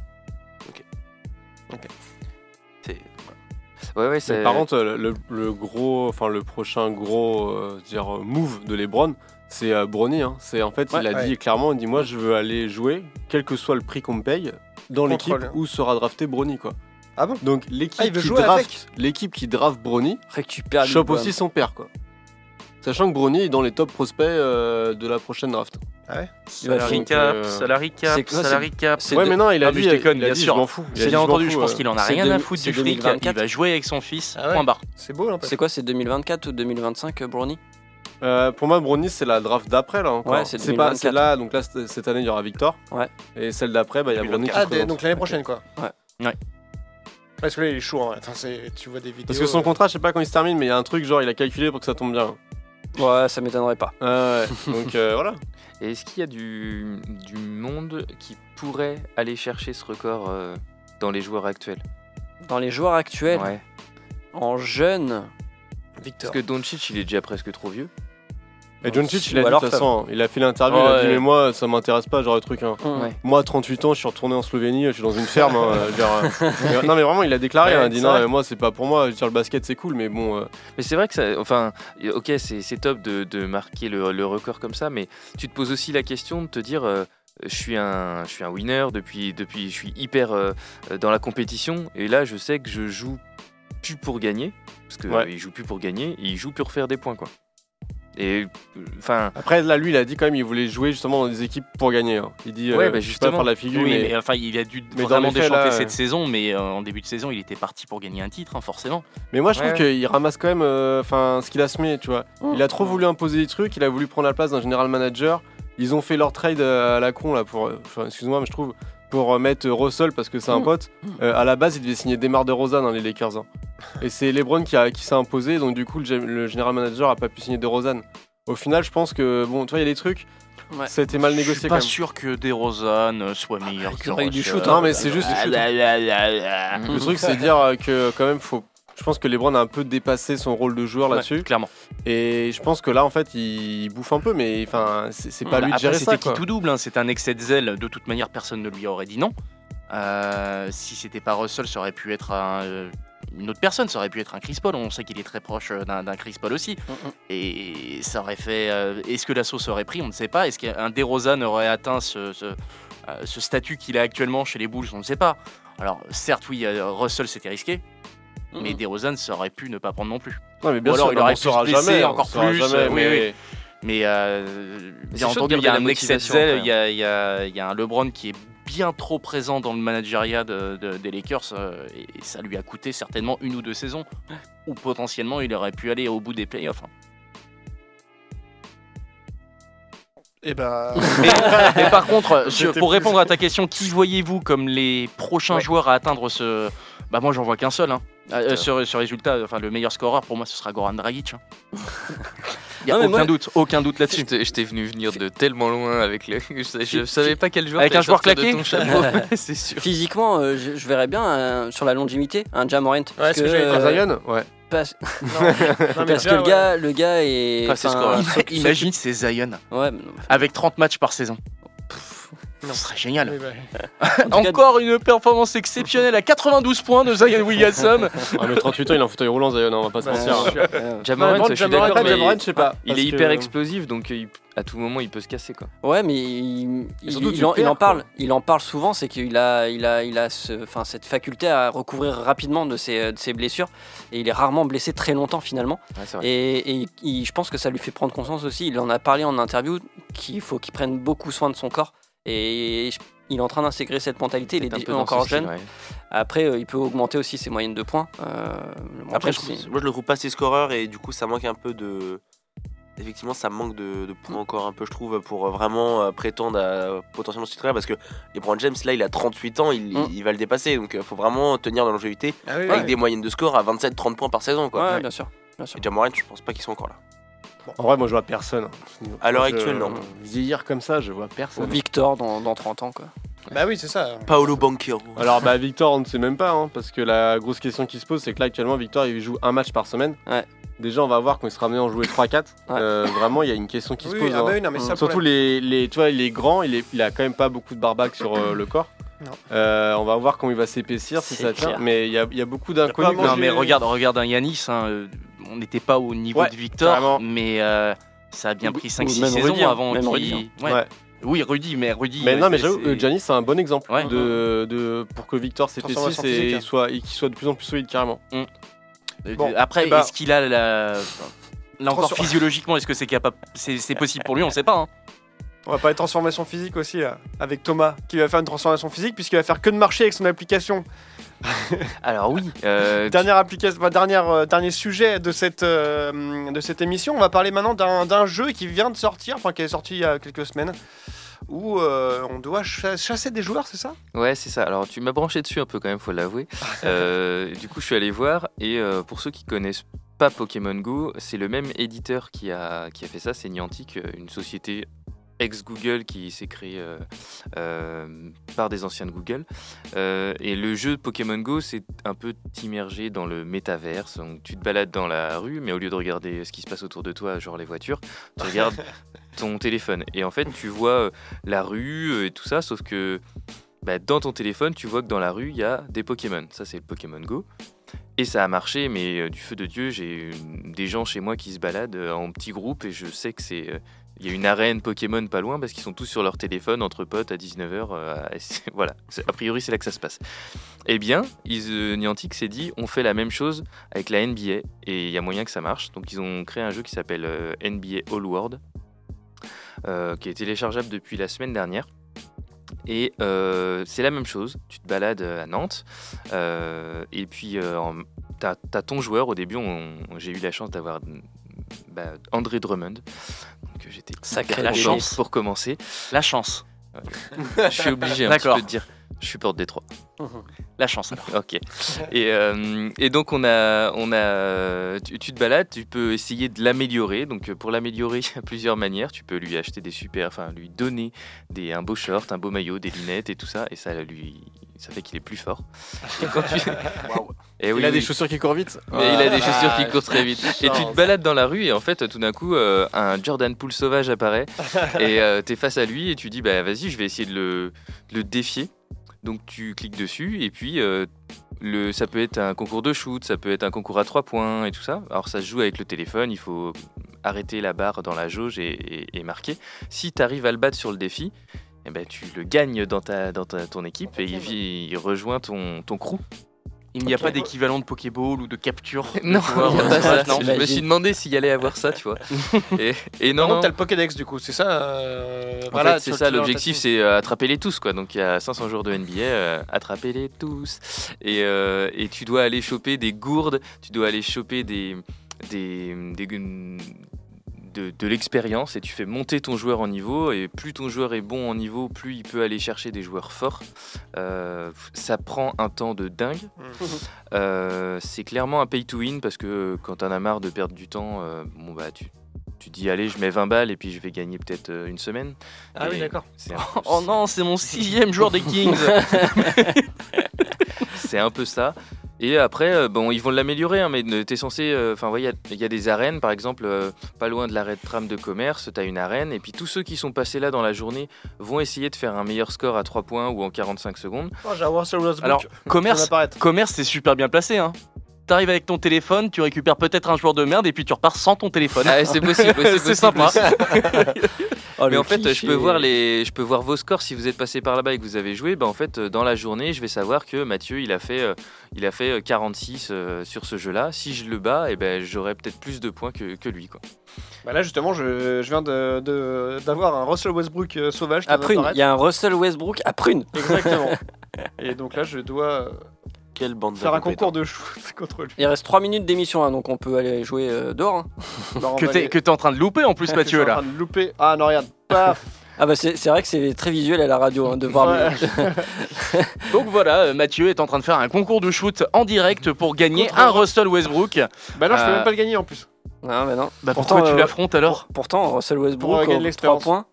S5: ouais,
S2: Mais
S5: c'est-
S2: Par contre, le, le- le gros, enfin le prochain gros, euh, dire move de LeBron, c'est euh, Bronny. hein. C'est en fait, il a
S1: Ouais.
S2: dit clairement, il dit moi je veux aller jouer, quel que soit le prix qu'on me paye, dans
S1: Contre
S2: l'équipe
S1: le-
S2: où sera drafté Bronny quoi.
S1: Ah bon
S2: Donc l'équipe
S1: Ah, il veut
S2: qui
S1: jouer
S2: draft,
S1: avec
S2: l'équipe qui draft Bronny,
S3: récupère
S2: chope
S1: LeBron.
S2: aussi son père quoi. Sachant que Bronny est dans les top prospects euh, de la prochaine draft.
S1: Ah ouais
S6: Salary
S2: Donc,
S6: cap,
S2: euh,
S6: salary cap,
S2: c'est quoi, c'est-
S6: salary cap.
S2: c'est Ouais, de- mais non, il a
S6: Ah, mais
S2: dit-
S6: je déconne,
S2: il a
S6: bien
S2: dit,
S6: sûr.
S2: je m'en fous. Il a
S6: C'est
S2: dit, je
S6: bien
S2: m'en
S6: entendu,
S2: fous,
S6: je pense
S2: euh.
S6: qu'il en a
S2: C'est
S6: rien à
S2: deux-
S6: foutre
S2: c'est
S6: du fric. Il
S2: 2024.
S6: va jouer avec son fils.
S2: Ah ouais.
S6: Point barre.
S1: C'est beau hein,
S3: C'est quoi, c'est 2024 ou 2025, euh, Brownie
S2: Euh, pour moi, Brownie, c'est la draft d'après, là. Encore.
S3: Ouais, c'est
S2: pas
S3: 2024.
S2: C'est là, donc là, c- cette année, il y aura Victor.
S3: Ouais.
S2: Et celle d'après, bah, il y a Brownie qui
S1: Ah,
S2: se
S1: des-
S2: présente.
S1: donc l'année prochaine, quoi.
S6: Ouais.
S1: Parce que là, il est chaud, hein. Attends, c'est- tu vois des vidéos.
S2: Parce que son contrat, je sais pas quand il se termine, mais il y a un truc, genre, il a calculé pour que ça tombe bien.
S3: Ouais, ça m'étonnerait pas.
S2: Ouais, donc euh, voilà.
S5: Et est-ce qu'il y a du, du monde qui pourrait aller chercher ce record euh, dans les joueurs actuels
S3: Dans les joueurs actuels,
S5: Ouais.
S3: en jeune,
S5: Parce que Doncic, il est déjà presque trop vieux.
S2: euh, Et John Chich, il a
S5: Ou
S2: dit, de
S5: alors
S2: toute façon, hein, il a fait l'interview, il a
S5: Ouais.
S2: dit, mais moi, ça m'intéresse pas, genre, le truc. hein.
S5: Ouais.
S2: Moi, 38 ans, je suis retourné en Slovénie, je suis dans une ferme. hein, euh, genre, euh, non, mais vraiment, il a déclaré,
S5: Ouais,
S2: hein, il a dit,
S5: c'est
S2: non,
S5: vrai.
S2: mais moi, c'est pas pour moi, je veux dire, le basket, c'est cool, mais bon. euh,
S5: Mais c'est vrai que ça. Enfin, y- ok, c'est c'est top de, de marquer le, le record comme ça, mais tu te poses aussi la question de te dire. euh, je suis un, je suis un winner depuis, depuis, je suis hyper euh, euh, dans la compétition et là je sais que je joue plus pour gagner parce que
S2: Ouais.
S5: euh, il joue plus pour gagner, il joue pour faire des points quoi. Et euh, enfin,
S2: Après, là, lui, il a dit quand même, il voulait jouer justement dans des équipes pour gagner. hein. Il dit,
S5: Ouais,
S2: euh,
S5: bah,
S2: je suis pas
S5: justement.
S2: faire la figure,
S5: Oui,
S2: mais,
S5: mais
S6: Enfin, il a dû
S2: Mais dans
S6: vraiment
S2: les faits, là,
S6: déchanter
S2: euh,
S6: cette saison, mais euh, en début de saison, il était parti pour gagner un titre, hein, forcément.
S2: Mais moi, je
S6: Ouais. Mmh.
S2: trouve qu'il ramasse quand même euh, enfin, ce qu'il a semé, tu vois. Il a trop voulu imposer des trucs, il a voulu prendre la place d'un général manager. Ils ont fait leur trade euh, à la con, là, pour. euh, Enfin, excuse-moi, mais je trouve. Pour euh, mettre euh, Russell parce que c'est un
S6: Mmh.
S1: Mm.
S2: pote. Euh, à la base, il devait signer Demar de Rosa dans les Lakers. hein. Et c'est LeBron qui, a- qui s'est imposé, donc du coup, le, gé- le général manager a pas pu signer de Rosanne. Au final, je pense que, bon, tu vois, il y a des trucs.
S3: Ouais.
S2: Ça a été mal
S6: Je suis
S2: négocié quand
S6: pas
S2: même.
S6: sûr que DeRozan euh, soit meilleur que
S2: aurait eu Ah, du
S6: Russell.
S2: shoot, hein. Non, mais c'est juste du shoot.
S6: Ah, là, là, là, là.
S5: Mhm.
S2: Le truc, c'est de dire euh, que quand même, faut. Je pense que LeBron a un peu dépassé son rôle de joueur
S6: Ouais,
S2: là-dessus.
S6: Clairement.
S2: Et je pense que là, en fait, il bouffe un peu, mais enfin, c'est c'est pas
S6: Bah,
S2: lui de
S6: après,
S2: gérer ça.
S6: C'était qui tout double, hein, c'était un excès de zèle. De toute manière, personne ne lui aurait dit non. Euh, si c'était pas Russell, ça aurait pu être un, euh, une autre personne, ça aurait pu être un Chris Paul. On sait qu'il est très proche euh, d'un d'un Chris Paul aussi. Et ça aurait fait. euh, Est-ce que la sauce aurait pris On ne sait pas. Est-ce qu'un DeRozan aurait atteint ce, ce, euh, ce statut qu'il a actuellement chez les Bulls On ne sait pas. Alors, certes, oui, euh, Russell c'était risqué. Mais DeRozan, ça aurait pu ne pas prendre non plus.
S2: Mhm. Non, mais bien
S6: Ou alors,
S2: sûr,
S6: il
S2: on
S6: aurait pu se
S2: saura
S6: blesser
S2: jamais, on
S6: encore
S2: saura
S6: plus.
S2: jamais,
S6: euh, oui,
S2: mais-
S6: oui. Mais euh,
S5: Mais
S6: bien
S5: c'est chaud de
S6: entendu, il y a
S5: garder
S6: un
S5: la
S6: excès de
S5: motivation
S6: zèle,
S5: après,
S6: il y a, il y a- il y a un LeBron qui est bien trop présent dans le managériat de- de- des Lakers euh, et, et ça lui a coûté certainement une ou deux saisons où potentiellement il aurait pu aller au bout des playoffs. hein.
S1: Et bah.
S6: Mais, mais par contre, euh, sur-
S1: J'étais
S6: pour
S1: plus-
S6: répondre à ta question, qui voyez-vous comme les prochains joueurs à atteindre ce... Bah moi j'en vois qu'un seul. Hein. Euh,
S3: Putain.
S6: ce, ce résultat, enfin le meilleur scoreur pour moi ce sera Goran Dragic. Il n'y a
S5: Non, mais
S6: aucun
S5: moi-
S6: doute, aucun doute là-dessus.
S5: Je t'ai- je t'ai venu venir de tellement loin avec le. Je, sais- je savais pas quel joueur.
S6: Avec
S5: t'allais
S6: un joueur
S5: sortir de
S6: claqué
S5: ton chapeau. C'est sûr.
S3: Physiquement, euh, je, je verrais bien euh, sur la longémité un Jamorant.
S1: ce que j'allais dire. Zion
S2: Ouais.
S3: Parce,
S6: mais
S3: euh, parce
S6: déjà,
S3: que le gars, le gars est.
S6: Ah, c'est
S3: enfin,
S6: scoreur.
S3: sauf- sauf-
S6: Imagine, c'est Zion.
S3: Ouais,
S6: Avec 30 matchs par saison. Ce serait génial.
S2: bah.
S3: En tout cas,
S6: Encore une performance exceptionnelle à 92 points de Zion Williamson.
S3: Oh,
S2: Ah, mais 38 ans, il est en fauteuil roulant, Zion, hein, on va pas se
S6: Bah,
S2: mentir.
S6: bien sûr.
S2: hein.
S5: Jamorant,
S2: Jamorant,
S5: je suis d'accord,
S2: Jamorant,
S5: mais
S2: Jamorant, je sais pas.
S5: Il
S2: parce
S5: est
S2: que-
S5: hyper explosif, donc euh, il- à tout moment il peut se casser quoi.
S3: Ouais, mais il,
S5: Et
S3: il-
S5: surtout,
S3: il
S5: tu
S3: en, il
S5: perds,
S3: en parle. Il en parle souvent, c'est qu'il a, il a, il a ce- enfin, cette faculté à recouvrir rapidement de ses, de ses blessures, et il est rarement blessé très longtemps finalement.
S5: Ouais, c'est vrai.
S3: Et, et il- je pense que ça lui fait prendre conscience aussi. Il en a parlé en interview qu'il faut qu'il prenne beaucoup soin de son corps, et je- il est en train d'intégrer cette mentalité. Il est,
S5: un
S3: déjà
S5: peu dans
S3: encore
S5: ce style,
S3: jeune.
S5: ouais.
S3: Après, euh, il peut augmenter aussi ses moyennes de points. Euh, le mental,
S4: Après, je trouve-
S3: c'est-
S4: moi je le trouve pas assez scoreur et du coup ça manque un peu de. Effectivement, ça manque de, de
S3: Mm.
S4: points encore un peu, je trouve, pour euh, vraiment euh, prétendre à potentiellement ce titre-là. Parce que LeBron James, là, il a 38 ans, il,
S3: Mm.
S4: il va le dépasser. Donc, il faut vraiment tenir dans l'angélité
S3: Ah oui,
S4: avec
S3: ouais.
S4: des moyennes de score à 27-30 points par saison. Quoi.
S3: Ouais, bien sûr. Bien sûr.
S4: Et Jamorant, je pense pas qu'ils sont encore là.
S2: En vrai, moi, je vois personne. hein.
S4: À l'heure
S2: Je-
S4: actuelle, non.
S2: Vieillir comme ça, je vois personne.
S3: Victor dans, dans 30 ans quoi.
S1: Bah oui, c'est ça.
S4: Paolo Banquero.
S2: Alors, bah, Victor, on ne sait même pas, hein, parce que la grosse question qui se pose, c'est que là, actuellement, Victor, il joue un match par semaine. Déjà, on va voir quand il sera amené à en jouer 3-4. Euh, vraiment, il y a une question qui
S1: Oui,
S2: se pose. hein.
S1: ah bah oui, non, mais ça,
S2: Surtout, les, les- tu vois, il est grand, il, est- il a quand même pas beaucoup de barbac sur euh, le corps. Euh, on va voir comment il va s'épaissir si
S6: C'est
S2: ça tient.
S6: clair.
S2: Mais il y a, il y a beaucoup d'inconnus.
S6: Non, mais regarde, regarde un Yanis, hein, euh, on n'était pas au niveau
S2: Ouais,
S6: de Victor,
S2: carrément.
S6: mais euh, ça a bien
S2: Ou-
S6: pris
S2: ou
S6: 5-6
S2: même
S6: saisons
S2: Rudy, hein,
S6: avant
S2: même
S6: qu'il-
S2: Rudy, hein.
S6: ouais.
S2: Ouais.
S6: Oui, Rudy, mais Rudy.
S2: Mais
S6: ouais,
S2: non, mais
S6: c'est-
S2: j'avoue,
S6: c'est-
S2: euh, Giannis, c'est un bon exemple
S6: Ouais.
S2: de, de- pour que Victor s'épaississe
S6: Transformation
S2: et
S6: physique,
S2: qu'il
S6: hein.
S2: soit, et qu'il soit de plus en plus solide carrément.
S6: Euh,
S2: Bon,
S6: Après,
S2: eh ben-
S6: est-ce qu'il a la. Là encore,
S2: Transfor-
S6: physiologiquement, est-ce que c'est capable C'est c'est possible pour lui, on sait pas. hein.
S1: On va parler de transformation physique aussi, là, avec Thomas, qui va faire une transformation physique, puisqu'il va faire que de marcher avec son application.
S5: Alors oui, euh,
S1: dernière application, enfin, dernière, euh, dernier sujet de cette, euh, de cette émission, on va parler maintenant d'un d'un jeu qui vient de sortir, enfin qui est sorti il y a quelques semaines, où euh, on doit cha- chasser des joueurs, c'est ça
S5: Ouais, c'est ça. Alors, tu m'as branché dessus un peu quand même, faut l'avouer. Euh, du coup, je suis allé voir. Et euh, pour ceux qui connaissent pas Pokémon Go, c'est le même éditeur qui a, qui a fait ça. C'est Niantic, euh, une société ex-Google qui s'est créée euh, euh, par des anciens de Google. Euh, et le jeu Pokémon Go, c'est un peu t'immerger dans le métaverse. Donc, tu te balades dans la rue, mais au lieu de regarder ce qui se passe autour de toi, genre les voitures, tu regardes ton téléphone. Et en fait, tu vois euh, la rue euh, et tout ça, sauf que bah, dans ton téléphone, tu vois que dans la rue, il y a des Pokémon. Ça, c'est le Pokémon Go. Et ça a marché, mais euh, du feu de Dieu, j'ai une- des gens chez moi qui se baladent euh, en petits groupes et je sais que c'est. euh, Il y a une arène Pokémon pas loin parce qu'ils sont tous sur leur téléphone entre potes à 19h. voilà, C'est- a priori, c'est là que ça se passe. Eh bien, ils, euh, Niantic s'est dit on fait la même chose avec la NBA et il y a moyen que ça marche. Donc, ils ont créé un jeu qui s'appelle euh, NBA All World euh, qui est téléchargeable depuis la semaine dernière. Et euh, c'est la même chose, tu te balades euh, à Nantes, euh, et puis euh, en- t'as as ton joueur, au début on- j'ai eu la chance d'avoir mm, bah, André Drummond, donc euh, j'étais
S6: Sacré
S5: hyper
S6: la
S5: content
S6: chance.
S5: pour commencer.
S6: La chance.
S5: Ouais. Je suis obligé un petit
S6: D'accord.
S5: peu de dire, je suis porte Détroit.
S6: La chance alors.
S5: Ok. Et, euh, et donc on a, on a, tu, tu te balades, tu peux essayer de l'améliorer. Donc euh, pour l'améliorer, il y a plusieurs manières. Tu peux lui acheter des super, enfin lui donner des, un beau short, un beau maillot, des lunettes et tout ça. Et ça lui, ça fait qu'il est plus fort. Et quand tu- Eh
S2: il
S5: oui,
S2: a
S5: oui.
S2: des chaussures qui courent vite.
S5: Mais il a des chaussures qui
S2: Ah,
S5: courent très vite. Et tu te balades dans la rue et en fait, tout d'un coup, euh, un Jordan Poole sauvage apparaît. Et tu t'es face à lui et tu dis, bah vas-y, je vais essayer de le, de le défier. Donc tu cliques dessus et puis euh, le, ça peut être un concours de shoot, ça peut être un concours à trois points et tout ça. Alors ça se joue avec le téléphone, il faut arrêter la barre dans la jauge et, et- et marquer. Si tu arrives à le battre sur le défi, eh ben, tu le gagnes dans, ta, dans ta- ton équipe et il, vit- il rejoint ton, ton crew.
S6: Il n'y a
S5: Ok.
S6: pas d'équivalent de Pokéball ou de capture. de
S5: Non,
S6: joueurs,
S5: il y a
S6: euh,
S5: pas ça.
S6: non.
S5: je me suis demandé s'il y allait avoir ça, tu vois. Et, et non,
S1: Par contre,
S5: non.
S1: t'as le Pokédex du coup, c'est ça euh,
S5: En
S1: voilà,
S5: fait, c'est
S1: sur
S5: ça
S1: lequel on
S5: l'objectif,
S1: t'a-
S5: c'est euh, attraper les tous quoi. Donc il y a 500 jours de NBA, euh, attraper les tous. Et, euh, et tu dois aller choper des gourdes, tu dois aller choper des des, des gun- de, de l'expérience et tu fais monter ton joueur en niveau et plus ton joueur est bon en niveau plus il peut aller chercher des joueurs forts Euh, ça prend un temps de dingue
S1: Mmh.
S5: Euh, c'est clairement un pay to win parce que quand t'en as marre de perdre du temps euh, bon bah tu tu dis allez je mets 20 balles et puis je vais gagner peut-être euh, une semaine
S1: Ah oui,
S5: Et
S1: d'accord.
S5: c'est un-
S6: Oh non, c'est mon sixième joueur des Kings.
S5: c'est un peu ça. Et après, euh, bon, ils vont l'améliorer, hein, mais euh, t'es censé. Enfin, il y, a des arènes, par exemple, euh, pas loin de l'arrêt de tram de commerce, t'as une arène, et puis tous ceux qui sont passés là dans la journée vont essayer de faire un meilleur score à 3 points ou en 45 secondes.
S1: Oh, j'ai un Russell Westbrook.
S6: Alors,
S1: Ça va
S6: commerce,
S1: apparaître.
S6: commerce, c'est super bien placé. Hein. T'arrives avec ton téléphone, tu récupères peut-être un joueur de merde et puis tu repars sans ton téléphone.
S5: Ah, c'est possible,
S6: c'est
S5: possible, possible,
S6: sympa.
S5: possible.
S6: Oh,
S5: mais
S6: le
S5: en fait, je
S6: cliché.
S5: peux, voir les, je peux voir vos scores si vous êtes passé par là-bas et que vous avez joué. Bah, en fait, euh, dans la journée, je vais savoir que Mathieu, il a fait, euh, il a fait euh, 46 euh, sur ce jeu-là. Si je le bats, et ben, j'aurai peut-être plus de points que, que lui. Quoi.
S1: Bah là justement, je, je viens de- de- d'avoir un Russell Westbrook euh, sauvage. qui
S3: À
S1: vient
S3: prune,
S1: d'apparaître.
S3: il y a un Russell Westbrook à prune.
S1: Exactement. Et donc là, je dois euh,
S4: Quelle bande
S1: faire un concours de shoot contre lui.
S3: Il reste 3 minutes d'émission, hein, donc on peut aller jouer euh, dehors. hein.
S1: Non, on
S6: Que
S1: va
S6: t'es
S1: aller-
S6: que t'es en train de louper en plus,
S1: que
S6: Mathieu
S1: je suis en
S6: là.
S1: train de louper. Ah non, regarde. Paf.
S3: Ah bah c'est c'est vrai que c'est très visuel à la radio hein, de voir.
S1: Ouais.
S6: Donc voilà, euh, Mathieu est en train de faire un concours de shoot en direct pour gagner
S1: Contre-
S6: un Russell Westbrook.
S1: Bah non, je peux
S6: Euh,
S1: même pas le gagner en plus.
S3: Non mais non.
S6: Bah pourquoi tu
S3: euh,
S6: l'affrontes alors
S3: Pourtant Russell
S1: Pour, euh,
S3: Westbrook euh,
S1: gagner de
S3: 3
S1: l'expérience.
S3: points.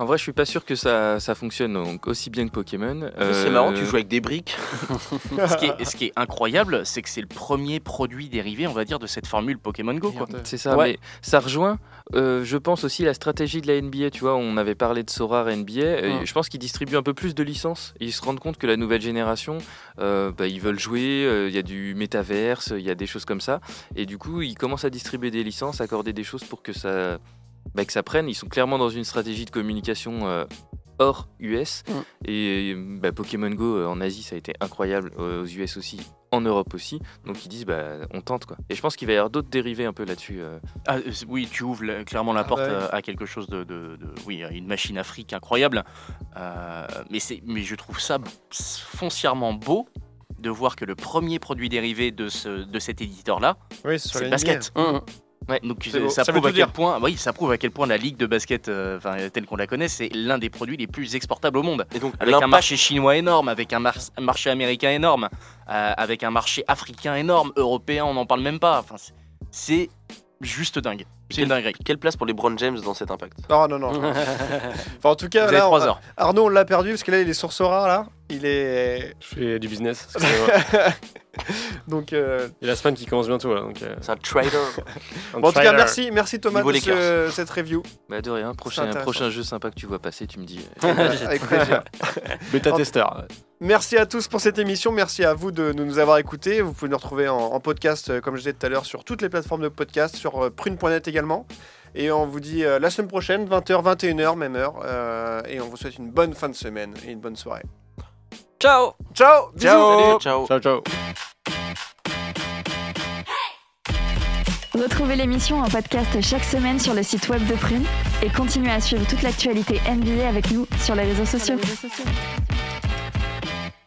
S5: En vrai, je suis pas sûr que ça, ça fonctionne donc, aussi bien que Pokémon.
S4: C'est
S5: Euh,
S4: marrant, tu joues avec des briques.
S6: ce, qui est, ce qui est incroyable, c'est que c'est le premier produit dérivé, on va dire, de cette formule Pokémon Go. quoi.
S5: C'est ça, mais ça rejoint, euh, je pense aussi, la stratégie de la NBA. Tu vois, on avait parlé de Sora NBA. et
S6: Mm.
S5: je pense qu'ils distribuent un peu plus de licences. Et ils se rendent compte que la nouvelle génération, euh, bah, ils veulent jouer. euh, Il y a du métaverse, il y a des choses comme ça. Et du coup, ils commencent à distribuer des licences, accorder des choses pour que ça, bah, que ça prenne. Ils sont clairement dans une stratégie de communication. euh, hors US et bah, Pokémon Go euh, en Asie ça a été incroyable euh, aux US aussi en Europe aussi donc ils disent bah on tente quoi et je pense qu'il va y avoir d'autres dérivés un peu là-dessus euh,
S6: Ah, euh, c'est- oui, tu ouvres la- clairement la
S5: Ah
S6: porte
S5: bah oui.
S6: euh, à quelque chose de, de- de- oui, à une machine afrique incroyable. Euh, mais c'est, mais je trouve ça b- foncièrement beau de voir que le premier produit dérivé de ce, de cet éditeur-là,
S1: Oui, c'est sur
S6: c'est le
S1: la
S6: basket. Hein,
S1: NBA. Mmh.
S6: Ouais, donc
S1: C'est
S6: euh,
S1: beau.
S6: ça,
S1: Ça veut
S6: prouve à
S1: tout
S6: quel
S1: dire.
S6: point, oui, ça prouve à quel point la ligue de basket, euh, enfin, euh, telle qu'on la connaît, c'est l'un des produits les plus exportables au monde.
S4: Et donc,
S6: avec un
S4: l'impact-
S6: marché chinois énorme, avec un, mar- un marché américain énorme, euh, avec un marché africain énorme, européen, on n'en parle même pas. Enfin, c'est- c'est juste dingue. C'est une dinguerie.
S4: Quelle place pour les Brown James dans cet impact
S1: Non, non, non. enfin, en tout cas,
S4: Vous
S1: là,
S4: avez trois
S1: on-
S4: heures.
S1: Arnaud, on l'a perdu parce que là, il est sur Sora, là. Il est.
S2: Je fais du business. euh,
S1: donc, euh...
S2: Et la semaine qui commence bientôt là. Donc, euh.
S4: C'est un trader.
S2: Un
S1: Bon, en tout cas,
S2: trader.
S1: merci, merci Thomas
S2: Niveau
S1: de ce-
S2: Lakers.
S1: cette review.
S5: Bah de rien, prochain,
S1: intéressant.
S5: prochain jeu sympa que tu vois passer, tu me dis.
S1: Avec plaisir.
S2: Bêta
S1: En-
S2: testeur.
S1: Merci à tous pour cette émission. Merci à vous de, de nous avoir écoutés. Vous pouvez nous retrouver en, en podcast, euh, comme je disais tout à l'heure, sur toutes les plateformes de podcast, sur euh, prune.net également. Et on vous dit euh, la semaine prochaine, 20h, 21h, même heure. euh, et on vous souhaite une bonne fin de semaine et une bonne soirée.
S3: Ciao
S1: Ciao
S4: Ciao Ciao
S2: Ciao, ciao
S11: Retrouvez l'émission en podcast chaque semaine sur le site web de Prune et continuez à suivre toute l'actualité NBA avec nous sur les réseaux sociaux.